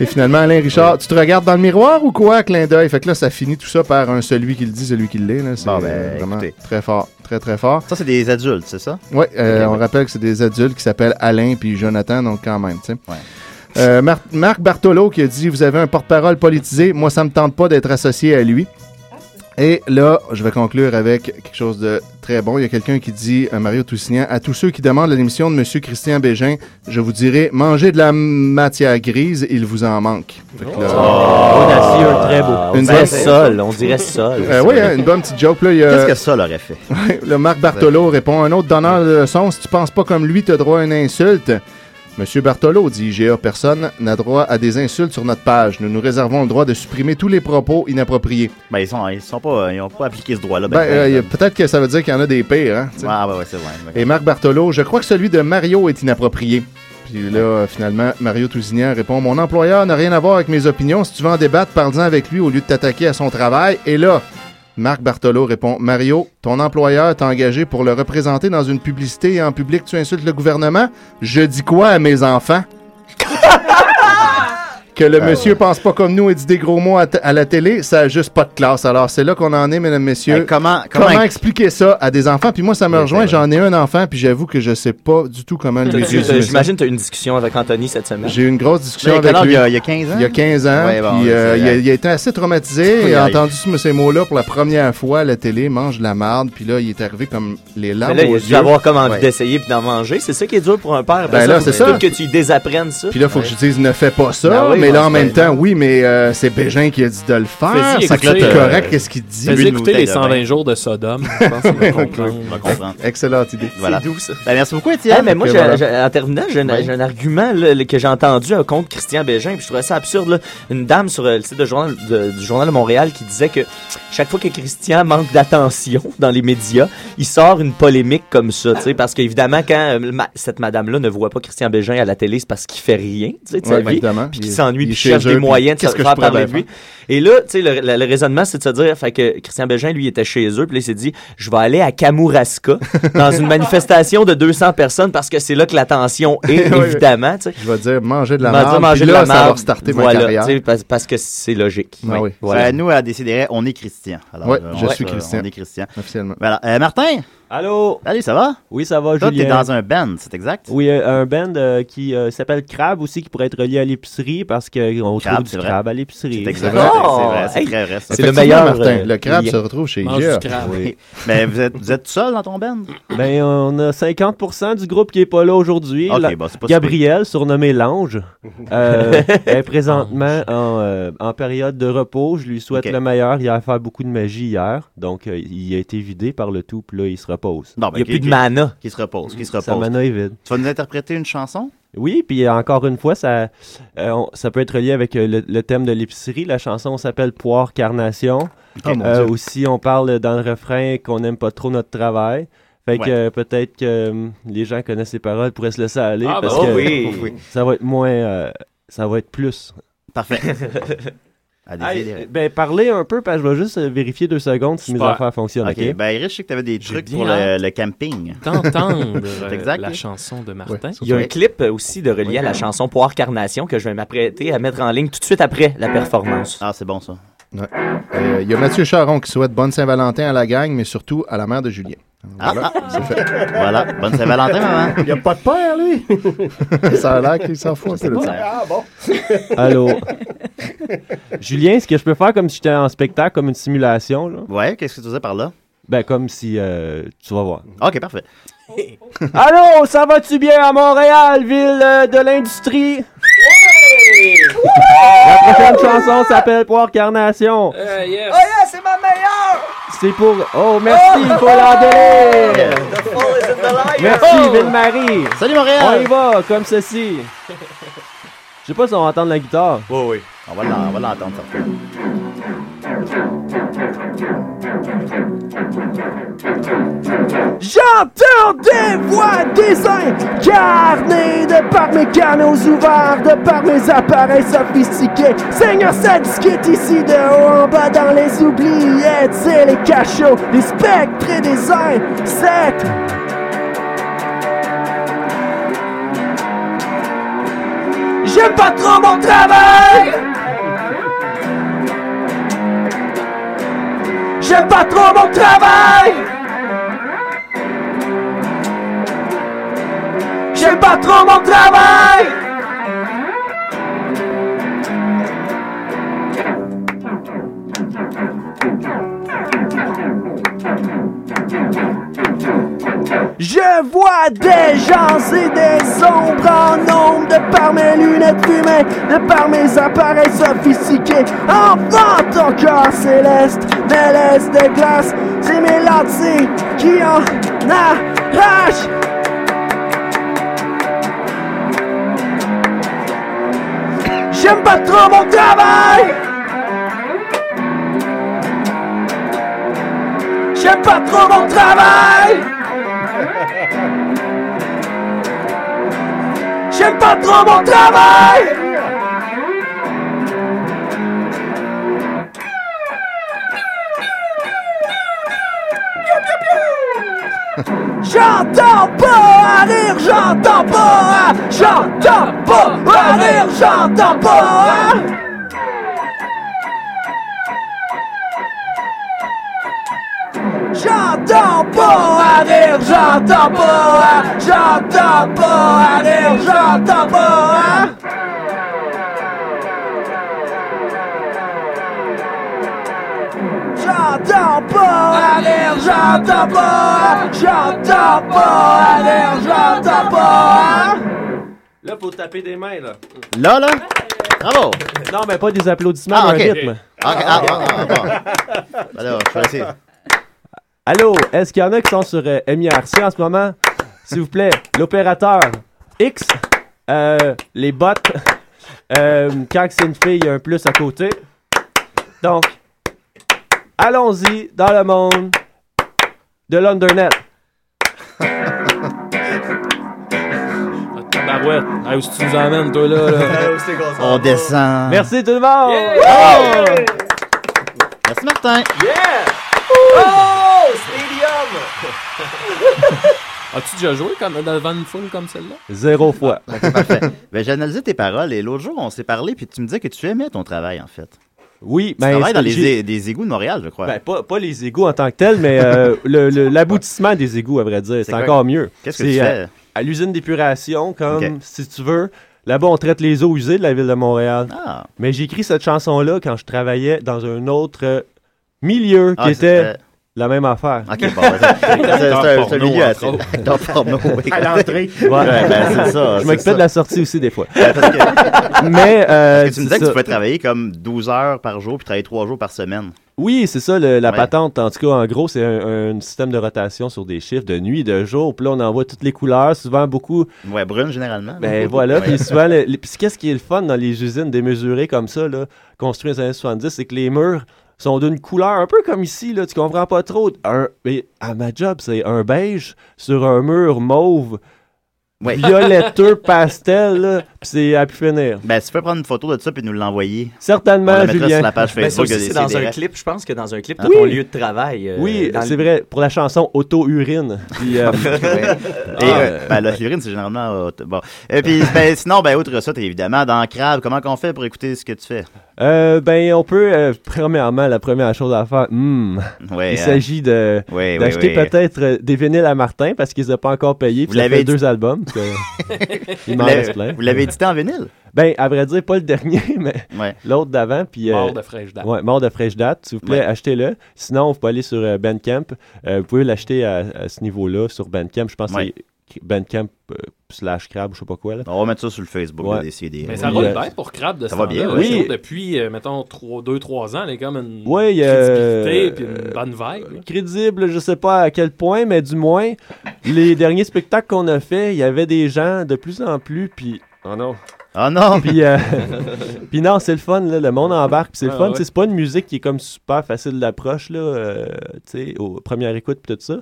Et finalement, Alain Richard, tu te regardes dans le miroir ou quoi, clin d'œil? Fait que là, ça finit tout ça par un celui qui le dit, celui qui l'est. là. C'est euh, ben, vraiment très fort, très très fort. Ça, c'est des adultes, c'est ça? Oui, euh, Ok, on ouais. rappelle que c'est des adultes qui s'appellent Alain puis Jonathan, donc quand même, tu sais. Euh, Mar- Marc Bartolo qui a dit Vous avez un porte-parole politisé, moi ça me tente pas d'être associé à lui. Et là, je vais conclure avec quelque chose de très bon. Il y a quelqu'un qui dit, euh, Mario Toussignan, à tous ceux qui demandent l'émission de M. Christian Bégin, je vous dirai, mangez de la matière grise, il vous en manque. Fait que là- Oh! Audacieux, très beau. Une On dirait bonne- sol, on dirait sol. Euh, oui, hein, une bonne petite joke. Là, il y a- Ben, Qu'est-ce que ça l'aurait fait? Ouais, le Marc Bartolo répond un autre donneur de leçons. Si tu penses pas comme lui, t'as droit à une insulte. Monsieur Bartolo dit IGA, personne n'a droit à des insultes sur notre page. Nous nous réservons le droit de supprimer tous les propos inappropriés. Ben, ils sont, ils sont pas, ils ont pas appliqué ce droit-là. Ben, euh, y a- peut-être que ça veut dire qu'il y en a des pires. Hein, tu sais. Ah, ouais, ouais, c'est vrai. Et Marc Bartolo, je crois que celui de Mario est inapproprié. Puis là, euh, finalement, Mario Tousignan répond Mon employeur n'a rien à voir avec mes opinions. Si tu veux en débattre, parle-en avec lui au lieu de t'attaquer à son travail. Et là, Marc Bartolo répond Mario, ton employeur t'a engagé pour le représenter dans une publicité et en public tu insultes le gouvernement. Je dis quoi à mes enfants Que le Ah, Ben monsieur pense pas comme nous et dit des gros mots à, t- à la télé, ça a juste pas de classe. Alors, c'est là qu'on en est, mesdames, messieurs. Ben, Hey, comment- comment, comment- expliquer ça à des enfants? Puis moi, ça me rejoint. J'en ai un enfant, puis j'avoue que je sais pas du tout comment lui Toi, tu- résumer t'as- ça. J'imagine que tu as eu une discussion avec Anthony cette semaine. J'ai eu une grosse discussion Mais avec quel âge, lui. il y a- il y a 15 ans? Il y a 15 ans. Ouais, bon, puis, ouais, euh, c'est il, a, vrai. il a été assez traumatisé. Oui, Il a aïe. entendu ce- ces mots-là pour la première fois à la télé. Mange de la marde. Puis là, il est arrivé comme les larmes Mais là, aux il a dû yeux. avoir comme envie Ouais. d'essayer puis d'en manger. C'est ça qui est dur pour un père. Après Ben là, faut c'est que- ça. faut que tu lui désapprennes ça. Puis là, faut que je dise ne fais pas ça. Ben oui, mais ouais, là, en c'est même pas temps, oui, mais euh, c'est Bégin qui a dit de le faire. Fais-y Ça écouter, c'est euh, correct, qu'est-ce qu'il dit? Fais-y écouter les 120 jours de Sodome. Je pense qu'on va comprendre. On va comprendre. Excellente idée. Ah, Voilà. doux, ça. Ben, merci beaucoup, Eh, Étienne. mais moi, Ok, j'ai- voilà. j'ai- en terminant, j'ai un, Oui. j'ai un argument là, le- que j'ai entendu euh, contre Christian Bégin, puis je trouvais ça absurde. là. Une dame sur euh, le site de journal, de- du Journal de Montréal qui disait que chaque fois que Christian manque d'attention dans les médias, il sort une polémique comme ça, tu sais, parce qu'évidemment, quand euh, ma- cette madame-là ne voit pas Christian Bégin à la télé, c'est parce qu'il fait rien, tu sais, de Ouais, sa vie, évidemment. puis Il- qu'il il s'ennuie, est puis chez cherche eux, des puis moyens de qu'est-ce se que je faire pourrais parler de bien lui. Et là, tu sais, le, le- le raisonnement, c'est de se dire, fait que Christian Bégin, lui, était chez eux, puis là, il s'est dit, je vais aller à Kamouraska dans une manifestation de 200 personnes parce que c'est là que l'attention Oui, est, oui. évidemment, tu sais. Je vais dire manger de la On va dire marde. manger puis de là, la ça va marde, restarter ma voilà, carrière. tu sais, parce, parce que c'est logique. Ah oui. Voilà. Euh, nous, à décider, on est Christian. Alors, Ouais, euh, je on- suis euh, Christian. On est Christian. Officiellement. Voilà. Euh, Martin? Allô? Allez, ça va? Oui, ça va, Toi, t'es Julien. dans un band, c'est exact? Oui, euh, un band euh, qui euh, s'appelle Crab aussi, qui pourrait être relié à l'épicerie parce qu'on trouve Crab, du c'est vrai. crabe à l'épicerie. Oh! C'est exact. C'est vrai, c'est très vrai. ça. Oui. Mais vous êtes, vous êtes tout seul dans ton band? Ben, on a 50% du groupe qui est pas là aujourd'hui. Ok, La- bah, c'est pas si Gabrielle, surnommée Lange, euh, est présentement en, euh, en période de repos. Je lui souhaite Ah, Ok. le meilleur. Il a fait beaucoup de magie hier, donc euh, il a été vidé par le tout, puis là, il se repose. Non, ben, il qui- qui- Qui se repose, qui se repose. Sa mana est vide. Tu vas nous interpréter une chanson? Oui, puis euh, encore une fois, ça, euh, on- ça peut être relié avec euh, le, le thème de l'épicerie. La chanson s'appelle Poire Carnation. Oh, mon Euh, Dieu. aussi, on parle dans le refrain qu'on n'aime pas trop notre travail. Fait que Ouais. euh, peut-être que euh, les gens connaissent les paroles, pourraient se laisser aller Ah, parce bah, que oui. Oui. ça va être moins, euh, ça va être plus. Parfait. À Hey, décider. ben parlez un peu parce que je vais juste euh, vérifier deux secondes si mes Super. affaires fonctionnent. Ok. Ben, Éric, je sais que tu avais des trucs bien pour le, hâte le camping. d'entendre, C'est hein? euh, exact. la chanson de Martin. Ouais. Il y a un clip euh, aussi de relié à la chanson Poire Carnation que je vais m'apprêter à mettre en ligne tout de suite après la performance. Ah, c'est bon ça. Ouais. Euh, Il y a Mathieu Charon qui souhaite bonne Saint-Valentin à la gang, mais surtout à la mère de Julien. Ah, Voilà, ah. c'est fait. Voilà. Bonne Saint-Valentin, maman. Il n'y a pas de père, lui. ça a l'air qu'il s'en fout un peu de ça. Ah bon? Allô. Julien, est-ce que je peux faire comme si j'étais en spectacle, comme une simulation là? Ouais, qu'est-ce que tu faisais par là? Ben comme si euh, tu vas voir. Ok, parfait. Allô, ça va-tu bien à Montréal, ville euh, de l'industrie? La prochaine chanson s'appelle Poire Carnation. Oh yeah, c'est ma meilleure! C'est pour. Oh, merci, il faut l'en donner! Merci, Ville-Marie! Salut, Montréal! On y va, comme ceci. Je sais pas si on va entendre la guitare. Oui, oui. On va l'en- on va l'entendre, ça. J'entends des voix, des incarnées De par mes canaux ouverts, de par mes appareils sophistiqués Seigneur, ça discute ici de haut en bas dans les oubliettes C'est les cachots, les spectres et des insectes J'aime pas trop mon travail J'aime pas trop mon travail J'aime pas trop mon travail Je vois des gens et des ombres en nombre De par mes lunettes fumées, de par mes appareils sophistiqués Enfant ton corps céleste, mais laisse de glace C'est mes lentilles qui en arrachent J'aime pas trop mon travail J'aime pas trop mon travail J'aime pas trop mon travail J'aime J'entends pas à rire, j'entends pas à- J'entends pas à rire, j'entends pas à- J'entends pas à rire, j'entends pas à- J'entends pas à rire, j'entends pas hein. à- J'entends pas à l'air, j'entends pas, à- j'entends pas à l'air, j'entends pas. hein. à- Là, faut taper des mains, là. Là, là? Bravo! Non, mais pas des applaudissements, Ah, mais ok. un rythme. Ah, ok, ah, ah, ah, ah, ah. Alors, je vais essayer. Allô, est-ce qu'il y en a qui sont sur euh, MIRC en ce moment? S'il vous plaît, l'opérateur X, euh, les bots, euh, quand c'est une fille, il y a un plus à côté. Donc, allons-y dans le monde de l'Undernet. Tabarouette. Hey, où est-ce que tu nous emmènes, toi, là? là? On descend. Merci tout le monde! Merci, Martin. Oh, Stadium! As-tu déjà joué comme, devant une foule comme celle-là? Zéro fois. Ah, parfait. Ben, j'ai analysé tes paroles et l'autre jour, on s'est parlé puis tu me disais que tu aimais ton travail, en fait. Oui, Tu ben, travailles dans c'est- les, j'ai- é- des égouts de Montréal, je crois. Ben, pas, pas les égouts en tant que tels, mais euh, le- le- l'aboutissement des égouts, à vrai dire. C'est quoi? encore mieux. Qu'est-ce que C'est tu à- fais? À, l'usine d'épuration, comme Ok. si tu veux. Là-bas, on traite les eaux usées de la ville de Montréal. Ah. Mais j'ai écrit cette chanson-là quand je travaillais dans un autre euh, milieu Ah, qui était c'était- la même affaire. Ok, bon, ben, c'est- c'est- c'est- c'est un- c'est un Porno, milieu entre assez- autres. acteur porno, oui. À l'entrée. Ouais. Ouais, ben, c'est ça, Je c'est m'occupais ça. de la sortie aussi des fois. Ben, parce que- Mais, euh, Parce que tu me c'est disais que tu ça. pouvais travailler comme 12 heures par jour puis travailler 3 jours par semaine. Oui, c'est ça, le- la Ouais. patente. En tout cas, en gros, c'est un, un système de rotation sur des chiffres de nuit, de jour. Puis là, on envoie toutes les couleurs, souvent beaucoup. Ouais, brune généralement. Ben là. voilà. Ouais. Puis souvent, le- le- puis qu'est-ce qui est le fun dans les usines démesurées comme ça, là, construites dans les années 70, c'est que les murs sont d'une couleur un peu comme ici, là, tu comprends pas trop. Un, mais à ma job, c'est un beige sur un mur mauve. Ouais. Violetteux pastel, là, puis c'est à pu finir. Ben, tu peux prendre une photo de ça puis nous l'envoyer. Certainement, On la mettra Julien. sur la page Ben, ça Facebook. aussi, de c'est des dans CDR. un clip, je pense que dans un clip, Ah. dans ton Oui. lieu de travail. euh, oui, dans le- c'est vrai, pour la chanson Auto-urine. Puis, euh, Ouais. Et, Ah, euh, ben, la figurine, c'est généralement. euh, t- bon. Et puis, ben, sinon, ben, outre ça, t'es évidemment dans Crave. Comment qu'on fait pour écouter ce que tu fais? Euh, ben, on peut, euh, premièrement, la première chose à faire, hmm, Ouais, il hein. s'agit de Ouais, ouais, d'acheter ouais. peut-être euh, des vinyles à Martin parce qu'ils n'ont pas encore payé. Vous Vous l'avez l'avez deux dit- albums. que- il m'en Vous l'avez- reste plein. vous l'avez édité en vinyle? Ben, à vrai dire, pas le dernier, mais Ouais. l'autre d'avant. puis euh, Mort de fraîche date. Ouais, mort de fraîche date. S'il vous plaît, Ouais. achetez-le. Sinon, vous pouvez aller sur euh, Bandcamp. Euh, vous pouvez l'acheter à, à ce niveau-là sur Bandcamp. Je pense Ouais. que c'est Bandcamp euh, slash Crab ou je sais pas quoi. là. On va mettre ça sur le Facebook, Ouais. là, des CDR. Mais ça Oui, roule euh, bien pour Crab de ça ce va temps-là, bien, là. oui. Je trouve Depuis, euh, mettons, 2-3 ans, il y a comme une Oui, il y a, crédibilité puis euh, une bonne vibe. là. crédible, je sais pas à quel point, mais du moins, les derniers spectacles qu'on a fait, il y avait des gens de plus en plus, puis... Oh non! Ah Oh non! Puis, euh, puis non, c'est le fun, là, le monde embarque, puis c'est le Ah, fun. ouais. tu sais, C'est pas une musique qui est comme super facile d'approche, là, euh, tu sais, aux premières écoutes, puis tout ça.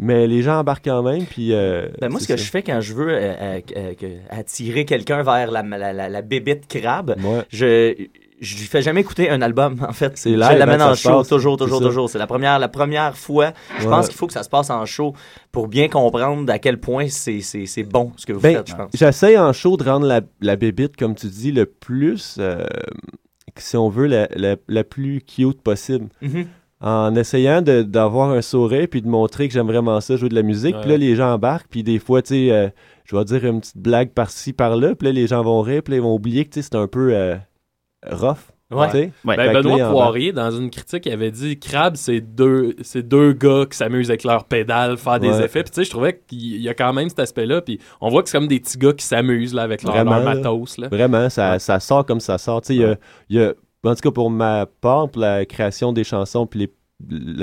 Mais les gens embarquent quand même, puis... euh, Ben, moi, ce c'est que ça. je fais quand je veux euh, euh, euh, que- attirer quelqu'un vers la, la, la, la bébite crabe, Ouais. je je lui fais jamais écouter un album, en fait. C'est je live, l'amène hein, ça en se show, passe, toujours, c'est toujours, ça. toujours. C'est la première, la première fois. Je Ouais. pense qu'il faut que ça se passe en show pour bien comprendre à quel point c'est c'est- c'est bon ce que vous Ben, faites, je pense. j'essaie en show de rendre la, la bébite, comme tu dis, le plus, euh, si on veut, la, la- la plus cute possible. Mhm. En essayant de- d'avoir un sourire puis de montrer que j'aime vraiment ça, jouer de la musique. Puis là, Ouais. les gens embarquent. Puis des fois, tu sais, euh, je vais dire une petite blague par-ci, par-là. Puis là, les gens vont rire. Puis là, ils vont oublier que tu sais, c'est un peu euh, rough. tu sais. Fait Ben, que là, ils Benoît embarquent. Poirier, dans une critique, il avait dit Crab, c'est deux, c'est deux gars qui s'amusent avec leurs pédales, faire des Ouais. effets. Puis tu sais, je trouvais qu'il y a quand même cet aspect-là. Puis on voit que c'est comme des petits gars qui s'amusent là, avec leur, leur là. matos. Là. Vraiment, ça, ça sort comme ça sort. Tu sais, il y a- il y a- en tout cas, pour ma part, pour la création des chansons, puis les,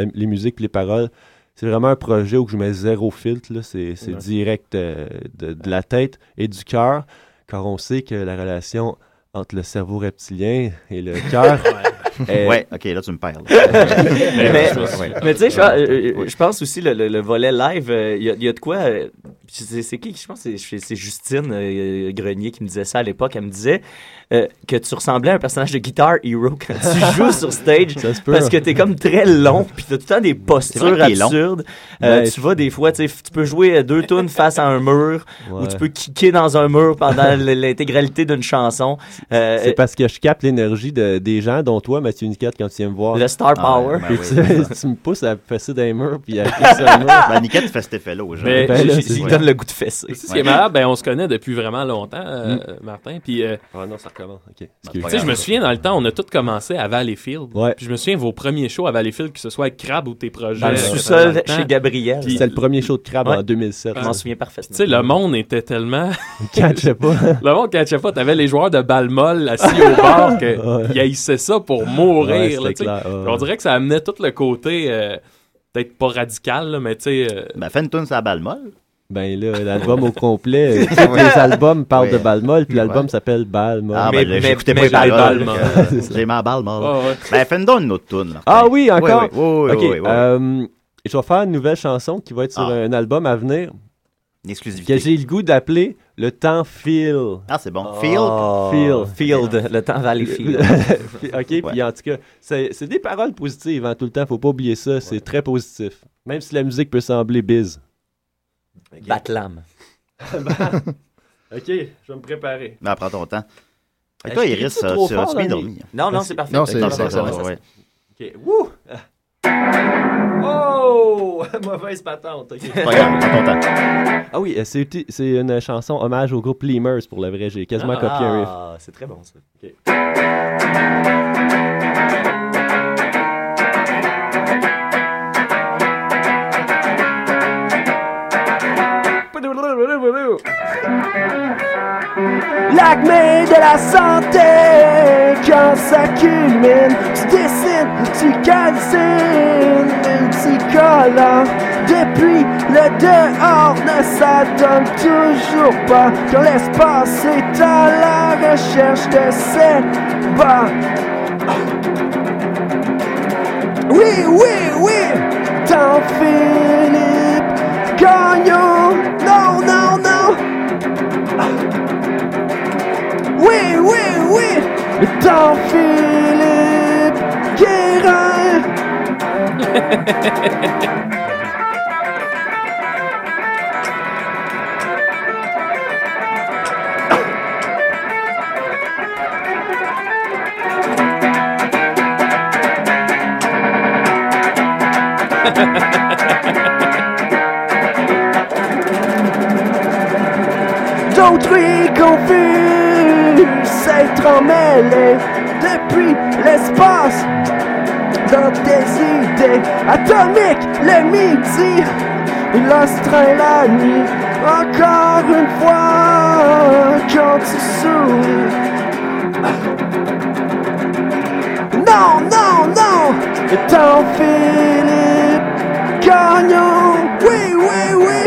la- les musiques, puis les paroles, c'est vraiment un projet où je mets zéro filtre. là. C'est c'est Ouais. direct euh, de, de la tête et du cœur, car on sait que la relation entre le cerveau reptilien et le cœur Euh, Ouais, ok, là tu me perds. là. mais Ouais. mais tu sais, je pense- euh, euh, je pense aussi le, le- le volet live, euh, il y, a- il y a de quoi. euh, c'est c'est qui qui- Je pense que c'est- c'est Justine euh, Grenier qui me disait ça à l'époque. Elle me disait euh, que tu ressemblais à un personnage de Guitar Hero quand tu joues sur stage Ça se peut, parce hein. que t'es comme très long puis t'as tout le temps des postures vrai qu'il est long. absurdes. Euh, Ben, tu vas des fois, tu sais, tu peux jouer euh, deux tunes face à un mur ou Ouais. tu peux kicker dans un mur pendant l- l'intégralité d'une chanson. Euh, C'est parce que je capte l'énergie de- des gens, dont toi, Mathieu Niquette, quand tu viens me voir. Le star power. Puis Ah, tu, ben oui. tu me pousses à fesser dans les murs, puis à fesser dans les murs. Ben, Niquette fait cet effet-là aux gens. Mais Ben, là, j'ai- c'est- j'ai- ouais. fesser. C'est ce qui est malade, ben, on se connaît depuis vraiment longtemps, Hmm. euh, Martin. Puis, euh, non, ça recommence. Ok. tu sais, je me souviens dans le temps, on a tous commencé à Valleyfield. Puis je me souviens vos premiers shows à Valleyfield, que ce soit avec Crab ou tes projets. Dans le euh, sous-sol dans le temps. chez Gabriel. Puis- C'était le premier show de crabe Ouais. en 2007. Je m'en souviens parfaitement. Tu sais, le monde était tellement. Catchait pas. le monde catchait pas. T'avais les joueurs de balle molle assis au bar que ils haïssaient ça pour Ouais, mourir. c'était là, tu sais. clair, ouais, Puis ouais. On dirait que ça amenait tout le côté, euh, peut-être pas radical, là, mais tu sais. euh, Ben, fais une tune sur la balle molle. Ben là, l'album au complet, euh, tous les albums parlent Ouais. de Balmol, puis l'album Ouais. s'appelle Balmol. Ah, ben, là, j'écoutais pas les paroles, donc, euh, J'ai ma Ah, balle molle. Ah, Ouais, ouais. Ben, fais une donne une autre tune. Martin. Ah oui, encore? Oui, oui, oui, Ok, oui, oui, oui. euh, je vais faire une nouvelle chanson qui va être sur un album à venir. Ah. Exclusivité. Que j'ai le goût d'appeler Le temps file. Ah, c'est bon. Field? Field. Field, le temps Valley Field. ok, puis en tout cas, c'est c'est des paroles positives hein, tout le temps, faut pas oublier ça, c'est très positif. Même si la musique peut sembler bise. Batlam. ok, je vais me préparer. Ben, prends ton temps. Fait que Euh, toi, je crie Iris, pas euh, trop tu vas fort, bien là, dormir. mais- Non, non, c'est parfait. Non, c'est- D'accord, c'est- d'accord, c'est- ouais. Ok, wouh! Oh! Mauvaise patente, ok. Pas grave, prends ton temps. Ah oui, euh, c'est uti- c'est une chanson hommage au groupe Lemurs pour le vrai, j'ai quasiment copié un riff. Ah, c'est très bon ça. L'acné de la santé, quand ça culmine, tu dessines, tu calcines, multicolore. Depuis le dehors, ne ça donne toujours pas. Quand l'espace est à la recherche de ses bas. Oui, oui, oui, dans Philippe Gagnon. Non, non, non. Oui, oui, oui, dans Philippe Guérin. D'autrui confus s'être emmêlé depuis l'espace dans tes idées atomiques le midi, l'astreint la nuit, encore une fois quand tu souris. Non, non, non, t'en Philippe Gagnon, oui, oui, oui.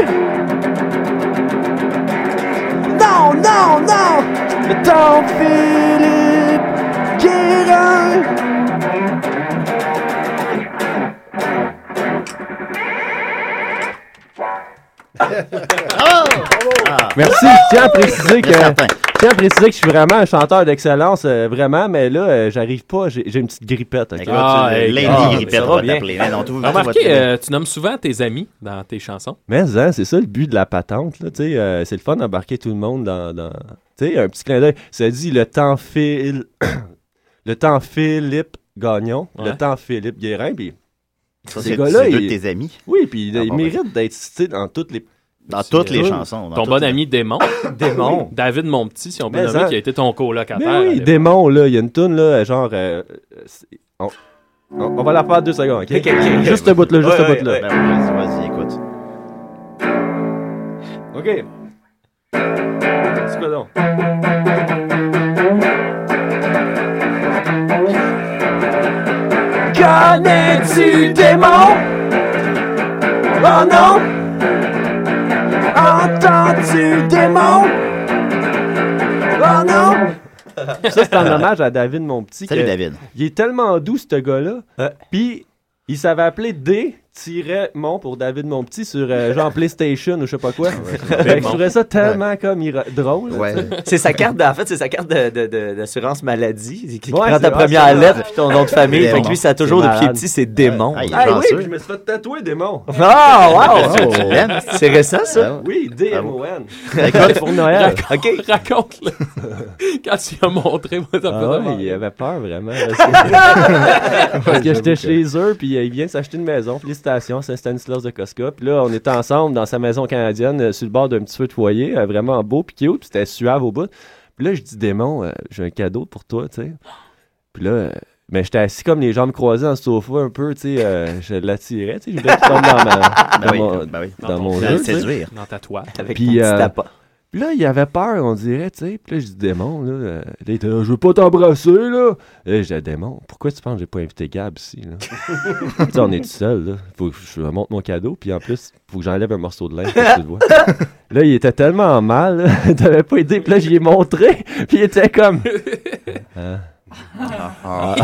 Non, non, non Dans Philippe Guérin Ah. Merci. Je tiens à préciser que Merci, Martin. je tiens à préciser que je suis vraiment un chanteur d'excellence, euh, vraiment, mais là, euh, j'arrive pas. J'ai j'ai une petite grippette. ok? Écoute, Ah, euh, hey, Lady ah, Grippette, ça va on va bien. t'appeler. Mais non, tout- tout va Remarquez, bien. euh, tu nommes souvent tes amis dans tes chansons. Mais hein, c'est ça le but de la patente. là, tu sais, euh, c'est le fun d'embarquer tout le monde dans. dans- tu sais, un petit clin d'œil. Ça dit le temps file. le temps Philippe Gagnon. Ouais. Le temps Philippe Guérin. Puis. Ça, ces c'est- gars-là, c'est deux de ils- tes amis? Oui, puis Ah, ils bon, méritent d'être cités dans toutes les. Dans Ah, toutes les chansons, dans Ton bon ami Démon. Démon. David Monpetit, si on peut Mais nommer, en- qui a été ton colocataire. Mais oui, démon, là, il y a une toune, là, genre. euh, euh, c'est- on, on- on va la faire deux secondes, ok? Ok, ok, ok. juste ce bout-là, juste Ouais, ce ouais, bout-là. ouais. Ben, vas-y, vas-y, écoute. Ok. C'est quoi donc? Connais-tu démon Oh non Entends-tu démon Oh non Ça, c'est un hommage à David, mon petit. Salut, que- David. Il est tellement doux, ce gars-là. Puis, il s'avait appelé D-Mon pour David, mon petit, sur euh, genre PlayStation ou je sais pas quoi. ça. Fait que je trouvais ça tellement comme ira- drôle. C'est sa carte, de- en fait, c'est sa carte de- de- de- d'assurance maladie qui, qui Ouais, prend c'est ta vrai, première c'est vrai. lettre puis ton nom de famille. Démon. Fait que lui, ça a toujours, C'est depuis malade. petit, c'est démon. Ah, oui, puis je me suis fait tatouer démon. Ah, wow! C'est récent, ça? Oui, D-M-O-N. Raconte- pour Noël. Raconte- OK. Raconte-le. Quand tu lui as montré, moi, ça me Ah faisait ouais, mal. il avait peur vraiment. Parce que, parce que j'étais chez eux, puis euh, il vient de s'acheter une maison, félicitations, c'est Stanislas de Costco. Puis là, on était ensemble dans sa maison canadienne, euh, sur le bord d'un petit feu de foyer, euh, vraiment beau, puis cute, puis c'était suave au bout. Puis là, je dis, démon, euh, j'ai un cadeau pour toi, tu sais. Puis là, euh, mais j'étais assis comme les jambes croisées dans le sofa un peu, tu sais, euh, je l'attirais, tu sais, je voulais qu'il tombe dans, ma, dans oui, mon, ben oui. dans Dans ton- mon dans jeu, le tu sais. séduire. Dans ta toile. Avec ton Puis petit euh, appât. puis là, il avait peur, on dirait, tu sais. Puis là, je dis, démon, là, euh, là, il était là, je veux pas t'embrasser, là. Et là, je dis, Ah, démon, pourquoi tu penses que j'ai pas invité Gab ici, là? tu sais, on est tout seul, là. Faut que je lui montre mon cadeau, puis en plus, faut que j'enlève un morceau de linge, parce que tu le vois. Là, il était tellement en mal, là, il t'avait pas aidé, puis là, j'y ai montré, puis il était comme. Hein? Ah, ah,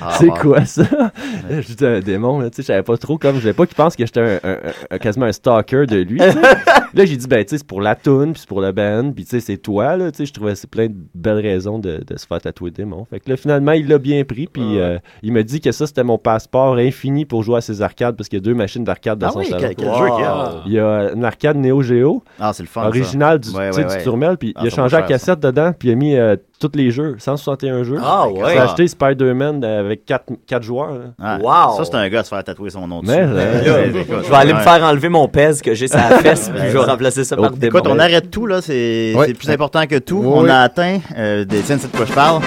Ah, c'est ah. quoi ça? Là, J'étais un démon, là, tu sais, je savais pas trop comme, je voulais pas qu'il pense que j'étais un, un- un- un- quasiment un stalker de lui. tu sais. là, j'ai dit, ben, tu sais, c'est pour la toune, puis c'est pour le band, puis tu sais, c'est toi, là, tu sais, je trouvais c'est plein de belles raisons de, de se faire tatouer démon. Fait que là, finalement, il l'a bien pris, puis euh, il me dit que ça, c'était mon passeport infini pour jouer à ses arcades, parce qu'il y a deux machines d'arcade dans Ah son oui, salon. quel- quel jeu qu'il y a. Il y a une arcade Neo Geo. Ah, c'est le fun, ça. Original du, Ouais, tu sais, ouais, du ouais. Tourmel, puis Ah, il a ça changé vaut la cher, ça. cassette dedans, puis il a mis euh, tous les jeux, 161 jeux. Ah, ouais. J'ai acheté Spider-Man euh, avec 4 joueurs. là. Ah, Ça, c'est un gars se faire tatouer son nom dessus. Mais, euh, Ouais, écoute, Je vais aller me ouais. faire enlever mon pèse que j'ai sur la fesse, puis je vais remplacer ça par Oh, des Écoute, on arrête tout, là. C'est Ouais. c'est plus important que tout. Ouais, on ouais. a atteint. Euh, des- Tiens, c'est de quoi je parle.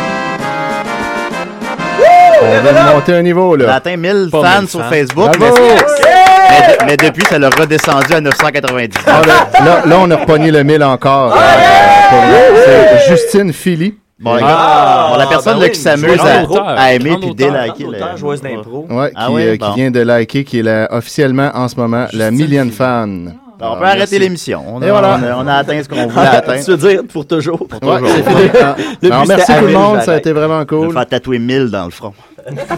On vient de monter un niveau, On a là. atteint 1000 Pas fans 1000 sur fans. Facebook. Mais, Bravo! mais de- mais depuis, ça l'a redescendu à 990. Ah, là, là- là, on a repogné le 1000 encore. Euh, pour moi. C'est Justine Philly. Bon, écoute, Ah, bon, la personne ben là, qui s'amuse à, à aimer puis déliker. le- Ouais, Ah qui, ouais, euh, qui bon. vient de liker, qui est la- officiellement en ce moment la millième fan. Alors, Ah, on Merci. peut Eh arrêter l'émission. On, a- Et voilà. on a- on a atteint ce qu'on voulait atteindre. Ah. Tu veux dire pour toujours. Pour Ouais, c'est fini. Ah. Alors, merci tout le monde, ça a été vraiment Je vais cool. me faire tatouer 1000 dans le front.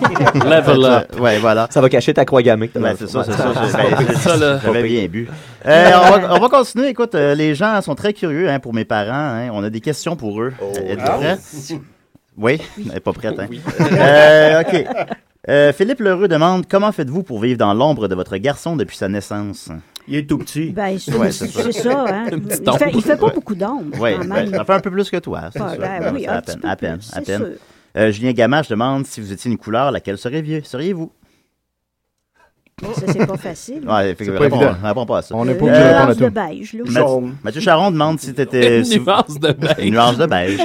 Level up. Ouais, voilà. Ça va cacher ta croix gammée. que t'as Ouais, dans c'est le ça, fond. c'est ça. Ouais. c'est- ben, C'est c'est- ça, là. J'avais bien bu. Euh, on, va, on va continuer. Écoute, euh, les gens sont très curieux hein, pour mes parents. hein. On a des questions pour eux. Êtes-vous Ah. prêts? Oui, elle n'est pas prête. Hein. Euh, OK. Euh, Philippe Lheureux demande Comment faites-vous pour vivre dans l'ombre de votre garçon depuis sa naissance Il est tout petit. Ben, c'est Ouais, c'est ça. c'est ça, hein. Une petite Il fait, il fait pas ombre. beaucoup d'ombre, Oui, quand même. ça fait un peu plus que toi. c'est Ah, sûr. ben Non, oui, c'est un à petit peine, peu à peine, plus, à c'est peine. sûr. Euh, Julien Gamache demande si vous étiez une couleur, laquelle seriez- seriez-vous Ça, c'est pas facile. Ouais, fait que C'est pas réponds, évident. réponds pas à ça. On n'est pas obligé de répondre à Euh, Nuance tout. de beige, là. Mathieu- Jaune. Mathieu Charon demande si t'étais. Une si- nuance de beige. Une nuance de beige.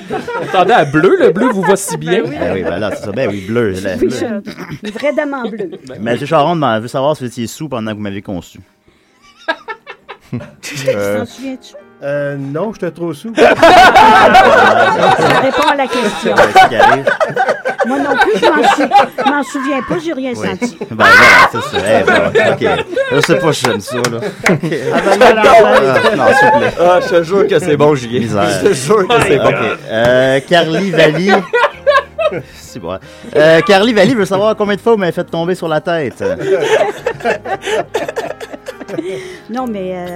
Attendez à bleu, le bleu vous va si bien. Ben oui, ben là, c'est ça. Ben oui, bleu. là. Oui, ça, une vraie dame en bleu. Mathieu Charon demande veut savoir si vous étiez sous pendant que vous m'avez conçu. T'en Euh, souviens-tu? Euh, non, je te trouve sous. Ça répond à la question. Ouais, c'est ce qui arrive. Moi non plus, je m'en sou- je m'en souviens pas, j'ai rien Oui. senti. Ben voilà, c'est ça. Eh, ben, ok. Je sais pas si j'aime ça, là. ben, Bah, Ah, non, s'il vous plaît. Ah, je te jure que c'est bon, Julien. Misère. Je te jure que c'est bon. Ok. Euh, Carly Valli. c'est bon. Euh, Carly Valli veut savoir combien de fois vous m'avez fait tomber sur la tête. Non, mais euh,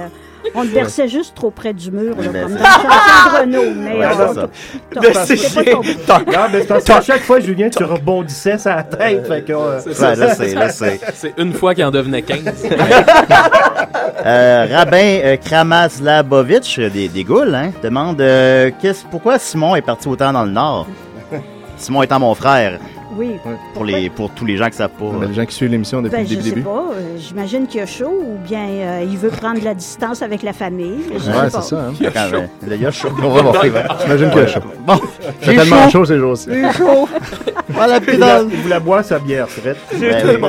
on le Ouais. berçait juste trop près du mur, là, Oui, ben, comme dans c'est- le chanson de Renault. Mais Ouais, euh, c'est ça. t'as- De t'as- t'es pas sécher. tombé. Non, mais c'est parce qu'à chaque fois, Julien, tu rebondissais sa tête. Fait que, euh, Ouais, là, c'est- là, c'est- C'est une fois qu'il en devenait 15. Euh, Rabin euh, Kramaslabovic, euh, des, des Gaules, hein, demande euh, qu'est-ce- pourquoi Simon est parti autant dans le Nord Simon étant mon frère. Oui. Pour, les, pour tous les gens qui savent pas. Ben, les gens qui suivent l'émission depuis Ben, le je sais début. pas. euh, J'imagine qu'il a chaud ou bien euh, il veut prendre de la distance avec la famille. Je sais Ouais, pas. c'est ça. Hein. Il y a quand même- il y a chaud. On va voir. J'imagine qu'il y a chaud. Bon, Il fait j'ai tellement chaud. chaud ces jours-ci. C'est chaud. Voilà, il, a- il voulait boire sa bière, frette. Ben oui.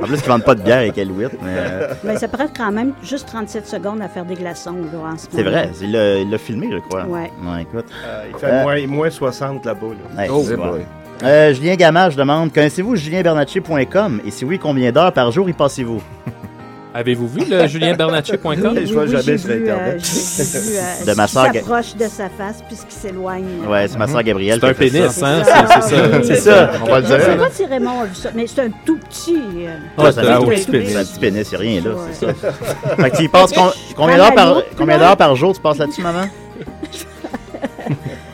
En plus, ils vendent pas de bière avec Alouette, mais. euh, Mais Ben, ça prend quand même juste 37 secondes à faire des glaçons, là, en ce C'est moment. vrai, il l'a il l'a filmé, je crois. Ouais. écoute. Euh, il fait Euh, moins, moins 60 là-bas. Là. Oh, Hey, c'est bon. Euh, Julien Gamage demande Connaissez-vous julienbernatier.com Et si oui, combien d'heures par jour y passez-vous Avez-vous vu le julienbernatchez.com? Oui, oui, oui, j'ai vu, euh, j'ai vu, euh, de ma ce sœur. qui s'approche de sa face puis ce qui s'éloigne. Ouais, c'est ma sœur Gabrielle. C'est un qui a fait pénis, ça. hein, c'est- c'est ça. C'est ça. On va le Je sais dire. pas si Raymond a vu ça, mais c'est un tout petit. euh, Ouais, Ah, c'est un tout petit pénis. C'est un petit pénis, c'est rien là, c'est ça. Fait que tu y penses passes con- combien d'heures par, combien d'heures par jour tu passes là-dessus, maman?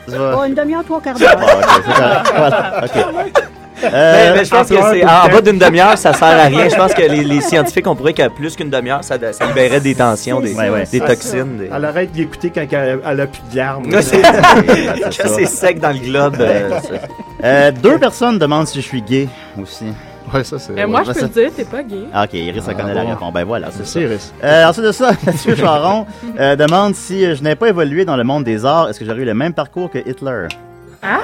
Ça va. une demi-heure, trois quarts Ah, d'heure. ok, c'est correct. Voilà, ok. Mais, mais Ben, je pense que encore c'est tout le en temps. bas d'une demi-heure, ça sert à rien. Je pense que les, les scientifiques ont prouvé qu'à plus qu'une demi-heure, ça, ça libérait des tensions, des, des toxines. des- Elle arrête d'écouter quand elle, elle a plus de larmes. Ouais, c'est- ça. Quand c'est sec dans le globe. euh, Ouais. Euh, deux personnes demandent si je suis gay aussi. Ouais, ça c'est. Mais Euh, moi, je peux le dire, t'es pas gay. Ah, ok, Iris, elle connaît la réponse. Ben voilà, c'est ça. Iris. Euh, ensuite de ça, Mathieu Charon euh, demande si euh, je n'ai pas évolué dans le monde des arts, est-ce que j'aurais eu le même parcours que Hitler? Hein?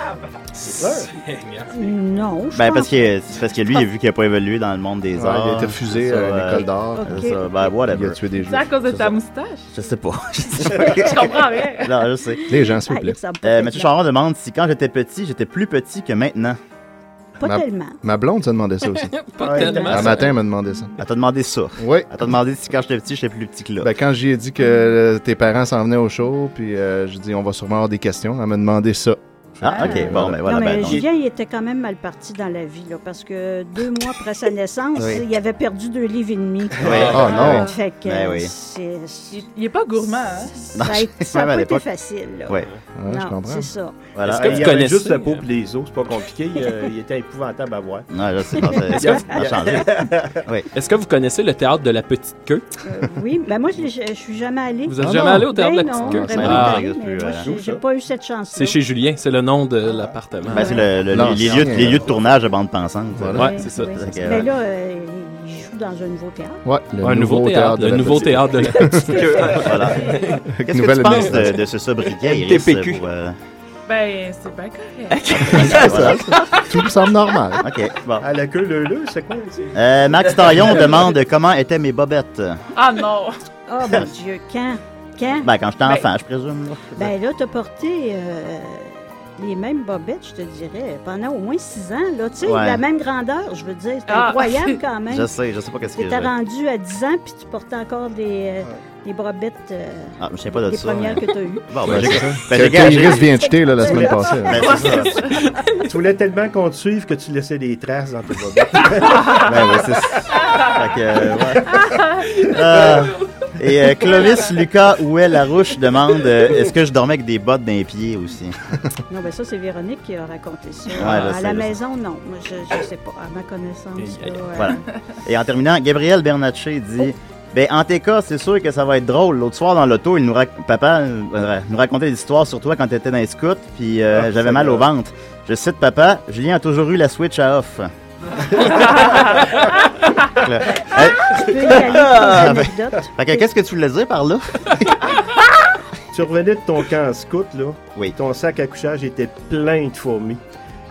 Non, je Ben, pense parce que, c'est parce que lui, il a vu qu'il n'a pas évolué dans le monde des Ouais, arts. il a été refusé C'est ça, à euh, l'école d'art. Ok. c'est ça. Ben, whatever. Il a tué des C'est à cause de ta moustache. Je sais pas. Je sais pas. Je comprends rien. Non, je sais. Les gens, s'il vous plaît. Euh, Mathieu Charon demande si quand j'étais petit, j'étais plus petit que maintenant. Pas Ma- tellement. Ma blonde t'a demandé ça aussi. Pas tellement. Un matin, elle m'a demandé ça. Elle t'a demandé ça. Oui. Elle t'a demandé si quand j'étais petit, j'étais plus petit que là. Ben, quand j'ai dit que euh, tes parents s'en venaient au show, puis euh, j'ai dit on va sûrement avoir des questions, elle m'a demandé ça. Euh, Ah, ok, bon, ben voilà. Euh, non, mais ben, non. Julien, il était quand même mal parti dans la vie, là, parce que deux mois après sa naissance, Oui. il avait perdu deux livres et demi. Euh, Ah, non. Fait que Ben oui. c'est- c'est- Il est pas gourmand, hein? ça a été- Ben, ça a Même à pas été l'époque. facile. Là. Ouais. Ouais, je Non, comprends. C'est ça. Voilà. Est-ce que Euh, vous il y connaissez avait juste juste la la peau et les os, c'est pas compliqué. euh, il était épouvantable à voir. Non, je sais pas, c'est- Est-ce que, vous... Ça a changé. Oui. Est-ce que vous connaissez le théâtre de la petite queue? Oui, ben moi, je, l'ai- je suis jamais allée. Vous êtes Ah, jamais non. allée au Théâtre de la Ben Petite non, Queue? vraiment Ah. pas allée, mais moi, euh, C'est j'ai- où, J'ai ça? pas eu cette chance-là. C'est chez Julien, c'est le nom de l'appartement. Ben, c'est le- le- les, les lieux, de- les lieux de tournage de bande pensante. Ouais, c'est ça. Fait que, Mais là, euh, il joue dans un nouveau théâtre. Ouais, le Un nouveau théâtre, de le euh, la nouveau petite- théâtre de la petite queue. Voilà. Qu'est-ce que Nouvelle tu penses de, année. de ce sobriquet, Iris? TPQ. pour, euh, Ben, c'est bien correct. voilà. Tout me semble normal. OK, bon. À Ah, la queue le le, c'est quoi? c'est- Euh, Max Taillon demande comment étaient mes bobettes. Ah non! Oh mon Dieu, quand? Quand? Ben, quand j'étais enfant, je présume. là. Ben là, t'as porté euh, les mêmes bobettes, je te dirais, pendant au moins six ans. Là, tu sais, Ouais. la même grandeur, je veux dire. C'est Ah, incroyable c'est- quand même. Je sais, je sais pas qu'est-ce que Tu j'ai. rendu à 10 ans, puis tu portais encore des, euh, des bobettes euh, Ah, je sais pas de des ça. premières mais- que t'as eues. Bon, Ouais, ben, j'ai c'est ça. ben, Que- j'ai que gagé. Iris vient de jeter, là, la semaine passée. Ben, c'est ça. tu voulais tellement qu'on te suive que tu laissais des traces dans tes bobettes. Ben, ouais, c'est ça. Fait que, euh, ouais. Ah. Et euh, Clovis Lucas Ouet Larouche demande euh, est-ce que je dormais avec des bottes d'un pied aussi Non, ben ça, c'est Véronique qui a raconté ça. Ouais, je à sais, la je sais. maison, non. Moi, je, je sais pas. À ma connaissance. là, euh, ouais. Oh. Voilà. Et en terminant, Gabriel Bernatchez dit Ben, en tes cas, c'est sûr que ça va être drôle. L'autre soir, dans l'auto, il nous rac- papa euh, nous racontait des histoires sur toi quand t'étais dans les scouts, puis euh, Ah, j'avais ça mal va. au ventre. Je cite papa Julien a toujours eu la switch à off. Là. Hey. Tu peux y aller Ah, pour ben. les anecdotes. Fait que qu'est-ce que tu voulais dire par là Tu revenais de ton camp scout, là. Oui. Ton sac à couchage était plein de fourmis.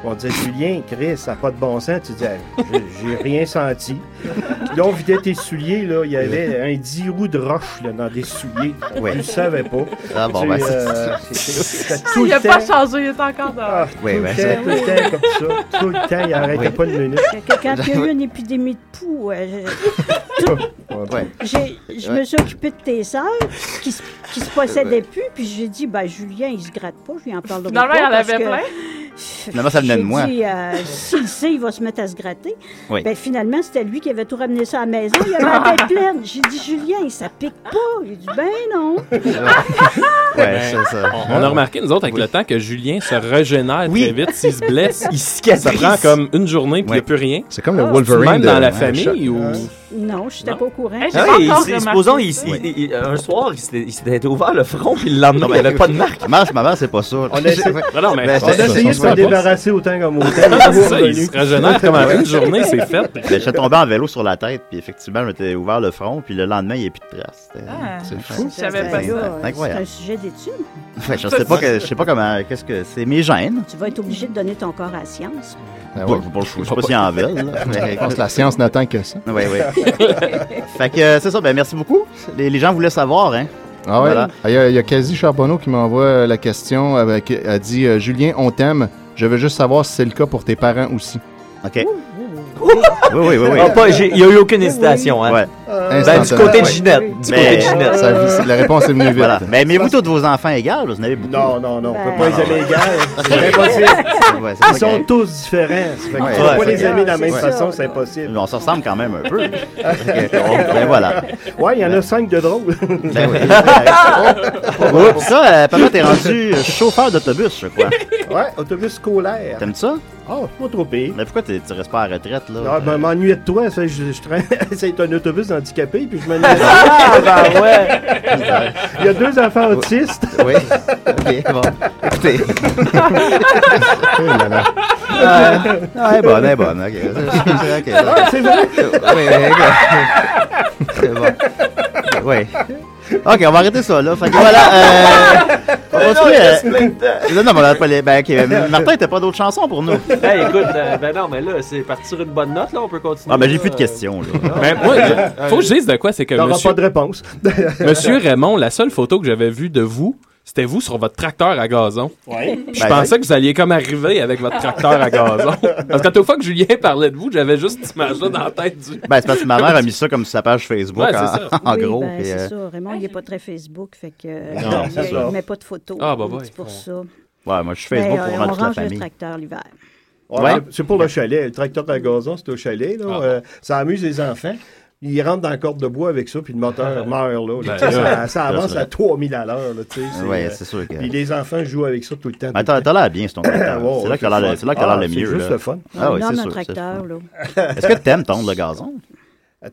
On disait, Julien, Chris, ça n'a pas de bon sens. Tu disais, J'ai- j'ai rien senti. Puis là, on vidait tes souliers, là. Il y avait un 10 roues de roche, là, dans des souliers. Oui. Tu ne savais pas. Ah, bon, Tu, ben, euh, c'est- c'est- c'est- Ah, tout il le a pas temps- changé, il est encore dans. Ah, Oui, tout ben, le temps, tout le temps comme ça. Tout le temps, il n'arrêtait Oui. pas de minute. Fait que quand il y a eu une épidémie de poux, euh, Ouais. je, j'ai- je me suis occupée de tes sœurs qui, se- qui se possédaient plus, puis j'ai dit, ben Julien, il se gratte pas, je lui en parlerai Normalement, pas. il y en parce avait que- plein. Finalement, ça venait de J'ai moi. dit, euh, s'il le sait, il va se mettre à se gratter. Oui. Ben, finalement, c'était lui qui avait tout ramené ça à la maison. Il avait la tête pleine. J'ai dit, Julien, ça pique pas. Il dit, ben non. Ouais, c'est ça. On on a remarqué, nous autres, avec le temps, que Julien se régénère très vite s'il se blesse. Il cicatrise. Ça prend comme une journée, puis il n'y a Ouais. plus rien. C'est comme le Ah, Wolverine. Même de- dans la ouais, Chuck. famille ou... Non, je n'étais Hein, pas au courant. Hey, Eh, j'ai Ah pas oui, il encore s'est- remarqué supposons, il, ça. il- il- un soir, il s'était- il s'était ouvert le front, puis le lendemain, il n'y avait pas de marque. Marche, maman, c'est pas ça. On a essayé- Non, non, mais Ben, c'est- On a essayé de c'est- se débarrasser autant comme autant. Ah, c'est ça, il se régénère comme en une journée, c'est fait. Ben, J'étais tombé en vélo sur la tête, puis effectivement, je m'étais ouvert le front, puis le lendemain, il n'y a plus de traces. C'était- Ah, C'est fou. Je savais pas ça. euh, C'est C'est incroyable. un sujet d'étude. Ouais, je sais pas que, je sais pas comment, qu'est-ce que c'est mes gènes. Tu vas être obligé de donner ton corps à la science. Ben Bon, ouais. bon, je sais pas si en veulent. là, mais- Je pense que la science n'attend que ça. Oui, oui. fait que euh, c'est ça, ben merci beaucoup. Les, les gens voulaient savoir, hein. Ah ouais. Voilà. Ah, Il y a- il y, a Casey Charbonneau qui m'envoie euh, la question. Avec, elle dit euh, Julien, on t'aime. Je veux juste savoir si c'est le cas pour tes parents aussi. OK. Oui, oui, oui, oui. Ah, pas- j'ai- il n'y a eu aucune hésitation. Hein. Ouais. Euh, Ben, instantanément. du côté de Ouais. Ginette, du Mais- côté de Ginette. Ça vit- la réponse est venue vite. Voilà. Mais aimez-vous tous vos enfants égales? Vous en avez beaucoup. Ben, Non, non, non. On peut pas les aimer égales. C'est impossible. Ouais, c'est Ils pas sont grave. tous différents. Ça fait que Ouais, tu peux ouais, pas c'est les aimer de la grave, même c'est façon, ça. c'est impossible. On se ressemble quand même un peu. Fait que, on- ben voilà. Ouais, il y en a cinq de drôles. Ben oui. Oups, ça, euh, papa, t'es rendu chauffeur d'autobus, je crois. Ouais, autobus scolaire. T'aimes ça? Oh, pas trop pire. Mais pourquoi t'es- tu restes pas à la retraite, là? Ah, ben, m'ennuyais de toi, ça, je, je traîne. C'est un autobus handicapé, puis je m'ennuyais. Ah, ben ouais! Il y a deux enfants autistes. Oui. Ok, bon. Écoutez. Ah, Oh là là. Ah, ah, elle est bonne, elle est bonne. ok. C'est- c'est- ok. Ah, c'est ben. vrai? Oui, oui, ok. C'est bon. Oui. Ok, on va arrêter ça, là. Fait que voilà. euh, on Mais non, continue. il euh, reste plein de temps. Non, non, mais on a pas les. Ben, ok. mais Martin, t'as pas d'autres chansons pour nous? Hey, écoute, euh, ben non, mais là, c'est parti sur une bonne note, là, on peut continuer. Ah, ben, j'ai là. plus de questions, là. Ben, moi, faut que je dise de quoi, c'est que T'auras monsieur- pas de réponse. Monsieur Raymond, la seule photo que j'avais vue de vous, c'était vous sur votre tracteur à gazon. Ouais. Je Ben, pensais que vous alliez comme arriver avec votre tracteur à gazon. Parce que toute fois que Julien parlait de vous, j'avais juste cette image-là dans la tête du. Ben, c'est parce que ma mère a mis ça comme sur sa page Facebook, Ouais, c'est en, ça. en Oui, gros. ben, puis, c'est euh, ça. Raymond, il n'est pas très Facebook, fait que euh, Non, il- c'est il ça. met pas de photos. Ah, bah, ouais. c'est pour Ouais. ça. Ouais, moi, je suis Facebook Mais, pour euh, vraiment on toute la range le famille. tracteur l'hiver. Ouais, Ouais. Ah. C'est c'est pour le chalet. Le tracteur à gazon, c'est au chalet. Là, Euh, ça amuse les enfants. Ils rentrent dans la corde de bois avec ça, puis le moteur meurt. Là, Ben, Tu sais, là, ça, ça avance c'est vrai. à 3000 à l'heure. là, tu sais, Ouais, euh, c'est sûr que- Puis les enfants jouent avec ça tout le temps. Mais t'as t'as l'air bien, c'est ton tracteur. Ouais, c'est là que t'as l'air c'est fun. c'est là que t'as Ah, l'air le c'est mieux. juste là. le fun. Ah, On oui, nomme c'est un sûr. c'est tracteur, là. sûr. Est-ce que t'aimes tondre le gazon?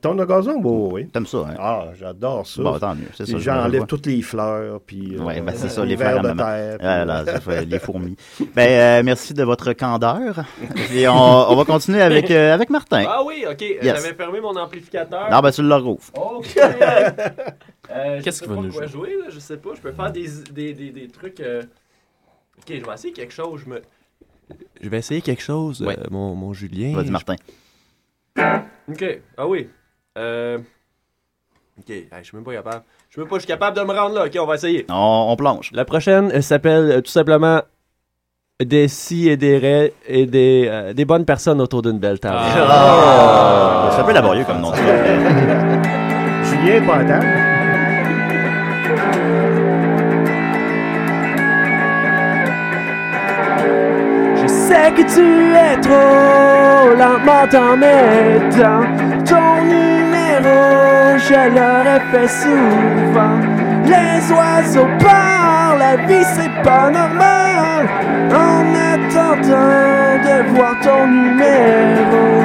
Tourne le Euh, gazon, bon, oui. T'aimes ça, hein? Ah, j'adore ça. Bon, tant mieux, c'est Puis ça, je me J'enlève revois. toutes les fleurs, puis. euh, Oui, ben c'est ça, les vers frères de à maman. terre, puis- Ah, là, ça fait les fourmis. Ben, euh, merci de votre candeur. Et on, on va continuer avec, euh, avec Martin. Ah oui, ok. euh, Yes. J'avais fermé mon amplificateur. Non, ben, tu le rouvres. Ok. Euh, je Qu'est-ce sais qu'il va pas nous quoi jouer, là, je sais pas. Je peux faire des, des, des, des trucs. euh, Ok, je vais essayer quelque chose. Je me. Je vais essayer quelque chose, euh, mon, mon Julien. Vas-y, Martin. Ok, ah oui. Euh... Ok, hey, je suis même pas capable. Je suis même pas je suis capable de me rendre là. Ok, on va essayer. On, on plonge. La prochaine elle s'appelle euh, tout simplement des si et des ré et des, euh, des bonnes personnes autour d'une belle table. Ah. C'est un peu laborieux comme nom. Julien est pas à table. Je sais que tu es trop lentement en mettant ton numéro. Je l'aurais fait souvent. Les oiseaux parlent, la vie c'est pas normal. En attendant de voir ton numéro.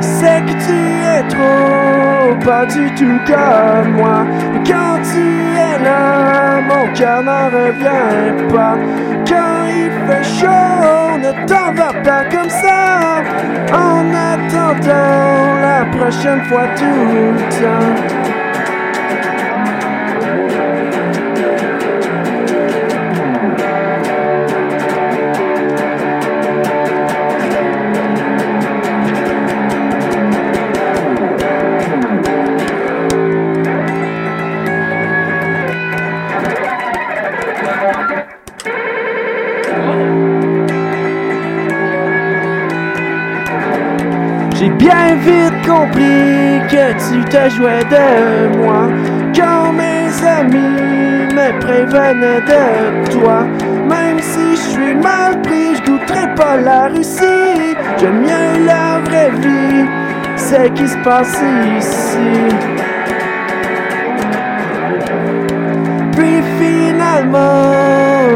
C'est que tu es trop pas du tout comme moi. Mais Quand tu es là, mon cœur n'en revient pas. Quand il fait chaud, ne t'en va pas comme ça. En attendant la prochaine fois tout le temps. J'ai bien vite compris que tu te jouais de moi Quand mes amis me prévenaient de toi Même si je suis mal pris, je goûterai pas la Russie J'aime mieux la vraie vie, ce qui se passe ici Puis finalement,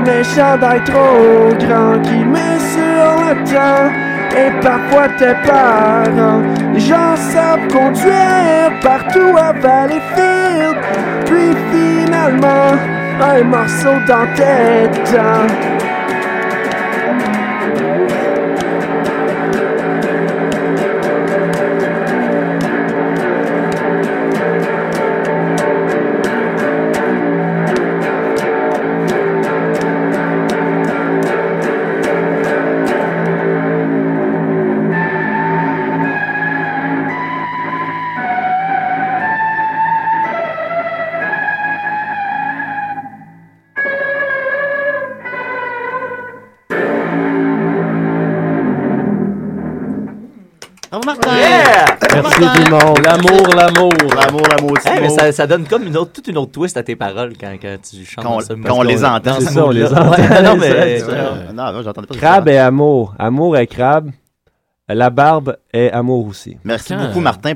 mes chandails trop grands qui mesurent le temps. Et parfois tes parents, les gens savent conduire partout à Valleyfield. Puis finalement, un morceau dans tes dents. Bravo, Martin. Merci Martin. du monde. L'amour, l'amour. L'amour, l'amour. Hey, mais ça, ça donne comme une autre, toute une autre twist à tes paroles quand, quand tu chantes. Quand on- dans ce- quand parce on les dans entend. ce C'est ça, on mood-là. les entend. Ouais, non, mais. C'est ça. Non, moi, j'entendais pas ça. Crabe et amour. Amour et crabe. La barbe et amour aussi. Merci Quand- à quand Martin,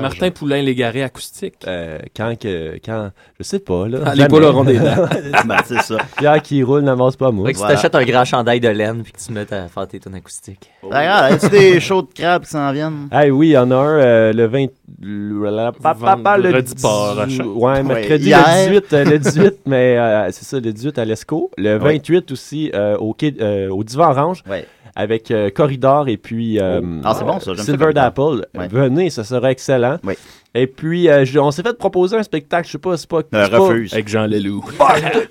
Martin Poulain légaré acoustique. quand que quand je sais pas là. Ah, les poules auront des dents. ben, c'est ça. Pierre qui roule n'avance pas moi. Faudrait que tu t'achètes un grand chandail de laine puis que tu te mettes à faire tes tonnes acoustiques. Oh. D'ailleurs, as-tu des shows de crabes qui s'en viennent? Hey oui, il y en a un euh, le 20 le, la- pa- pa- pa- le Vendredi 18 prochain. Ouais, mercredi Ouais, hier. le 18, euh, le 18 mais euh, c'est ça le 18 à l'Esco, le Ouais. 28 aussi euh, au Quai- euh, au Divan Orange. Avec euh, Corridor et puis euh, Ah, c'est bon, ça, j'aime ça Silver comme temps. d'Apple. Ouais. Venez, ça sera excellent. Et puis euh, je- on s'est fait proposer un spectacle, je sais pas, c'est pas, Euh, c'est pas- refuse. Avec Jean Leloup.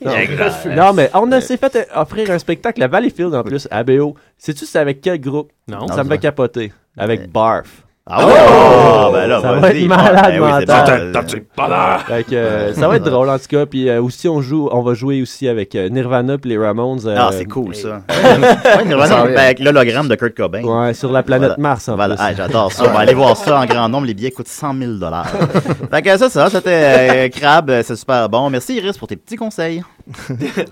non, Avec refuse. Non, mais on a- s'est fait euh, offrir un spectacle à Valleyfield en plus, à BO. Sais-tu c'est avec quel groupe? Non. Ça me fait capoter. Euh, Avec Barf. Ah ouais? Ah, ben là, ça va vas-y. être Ah, malade ben oui, mental. c'est bon. T'as- t'as- t'as- pas là. Fait que, euh, Ouais. ça va être drôle en tout cas. Puis euh, aussi on joue, on va jouer aussi avec euh, Nirvana puis les Ramones. euh, Ah, c'est cool, ça. ouais, Nirvana, Ça ben, avec l'hologramme de Kurt Cobain. Ouais, sur la planète Voilà. Mars en Voilà. plus. Ah, J'adore ça. On va aller voir ça en grand nombre. Les billets coûtent 100 000 Fait que c'est ça. C'était euh, Crabe. euh, C'est super bon. Merci, Iris, pour tes petits conseils.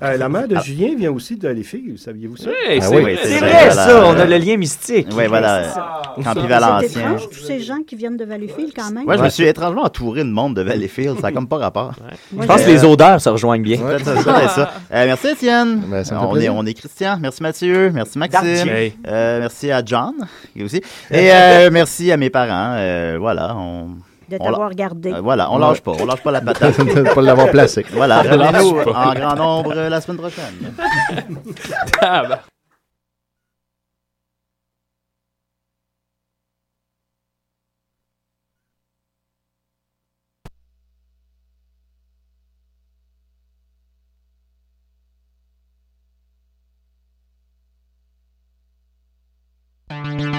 Euh, la mère de Julien vient aussi de les filles, saviez-vous ça? Ah oui, C'est vrai, ça, on a le lien mystique. Oui, C'est voilà. ça. Campi C'est Valencien. étrange, tous ces gens qui viennent de Valleyfield quand même. Moi, je me suis étrangement entouré de monde de Valleyfield. Ça n'a comme pas rapport. Moi, Je pense que les odeurs se rejoignent bien. Ouais, c'est ça, c'est ça. Euh, merci Étienne. Euh, ça me fait on, est, plaisir. on est Christian. Merci Mathieu. Merci Maxime. Darty. Hey. Euh, merci à John et aussi. Et euh, merci à mes parents. Euh, voilà. On... De on t'avoir la- gardé. Euh, voilà, on Ouais. lâche pas. On lâche pas la patate. De pas l'avoir placé. Voilà, On lâche revenez-nous pas. en grand nombre euh, la semaine prochaine.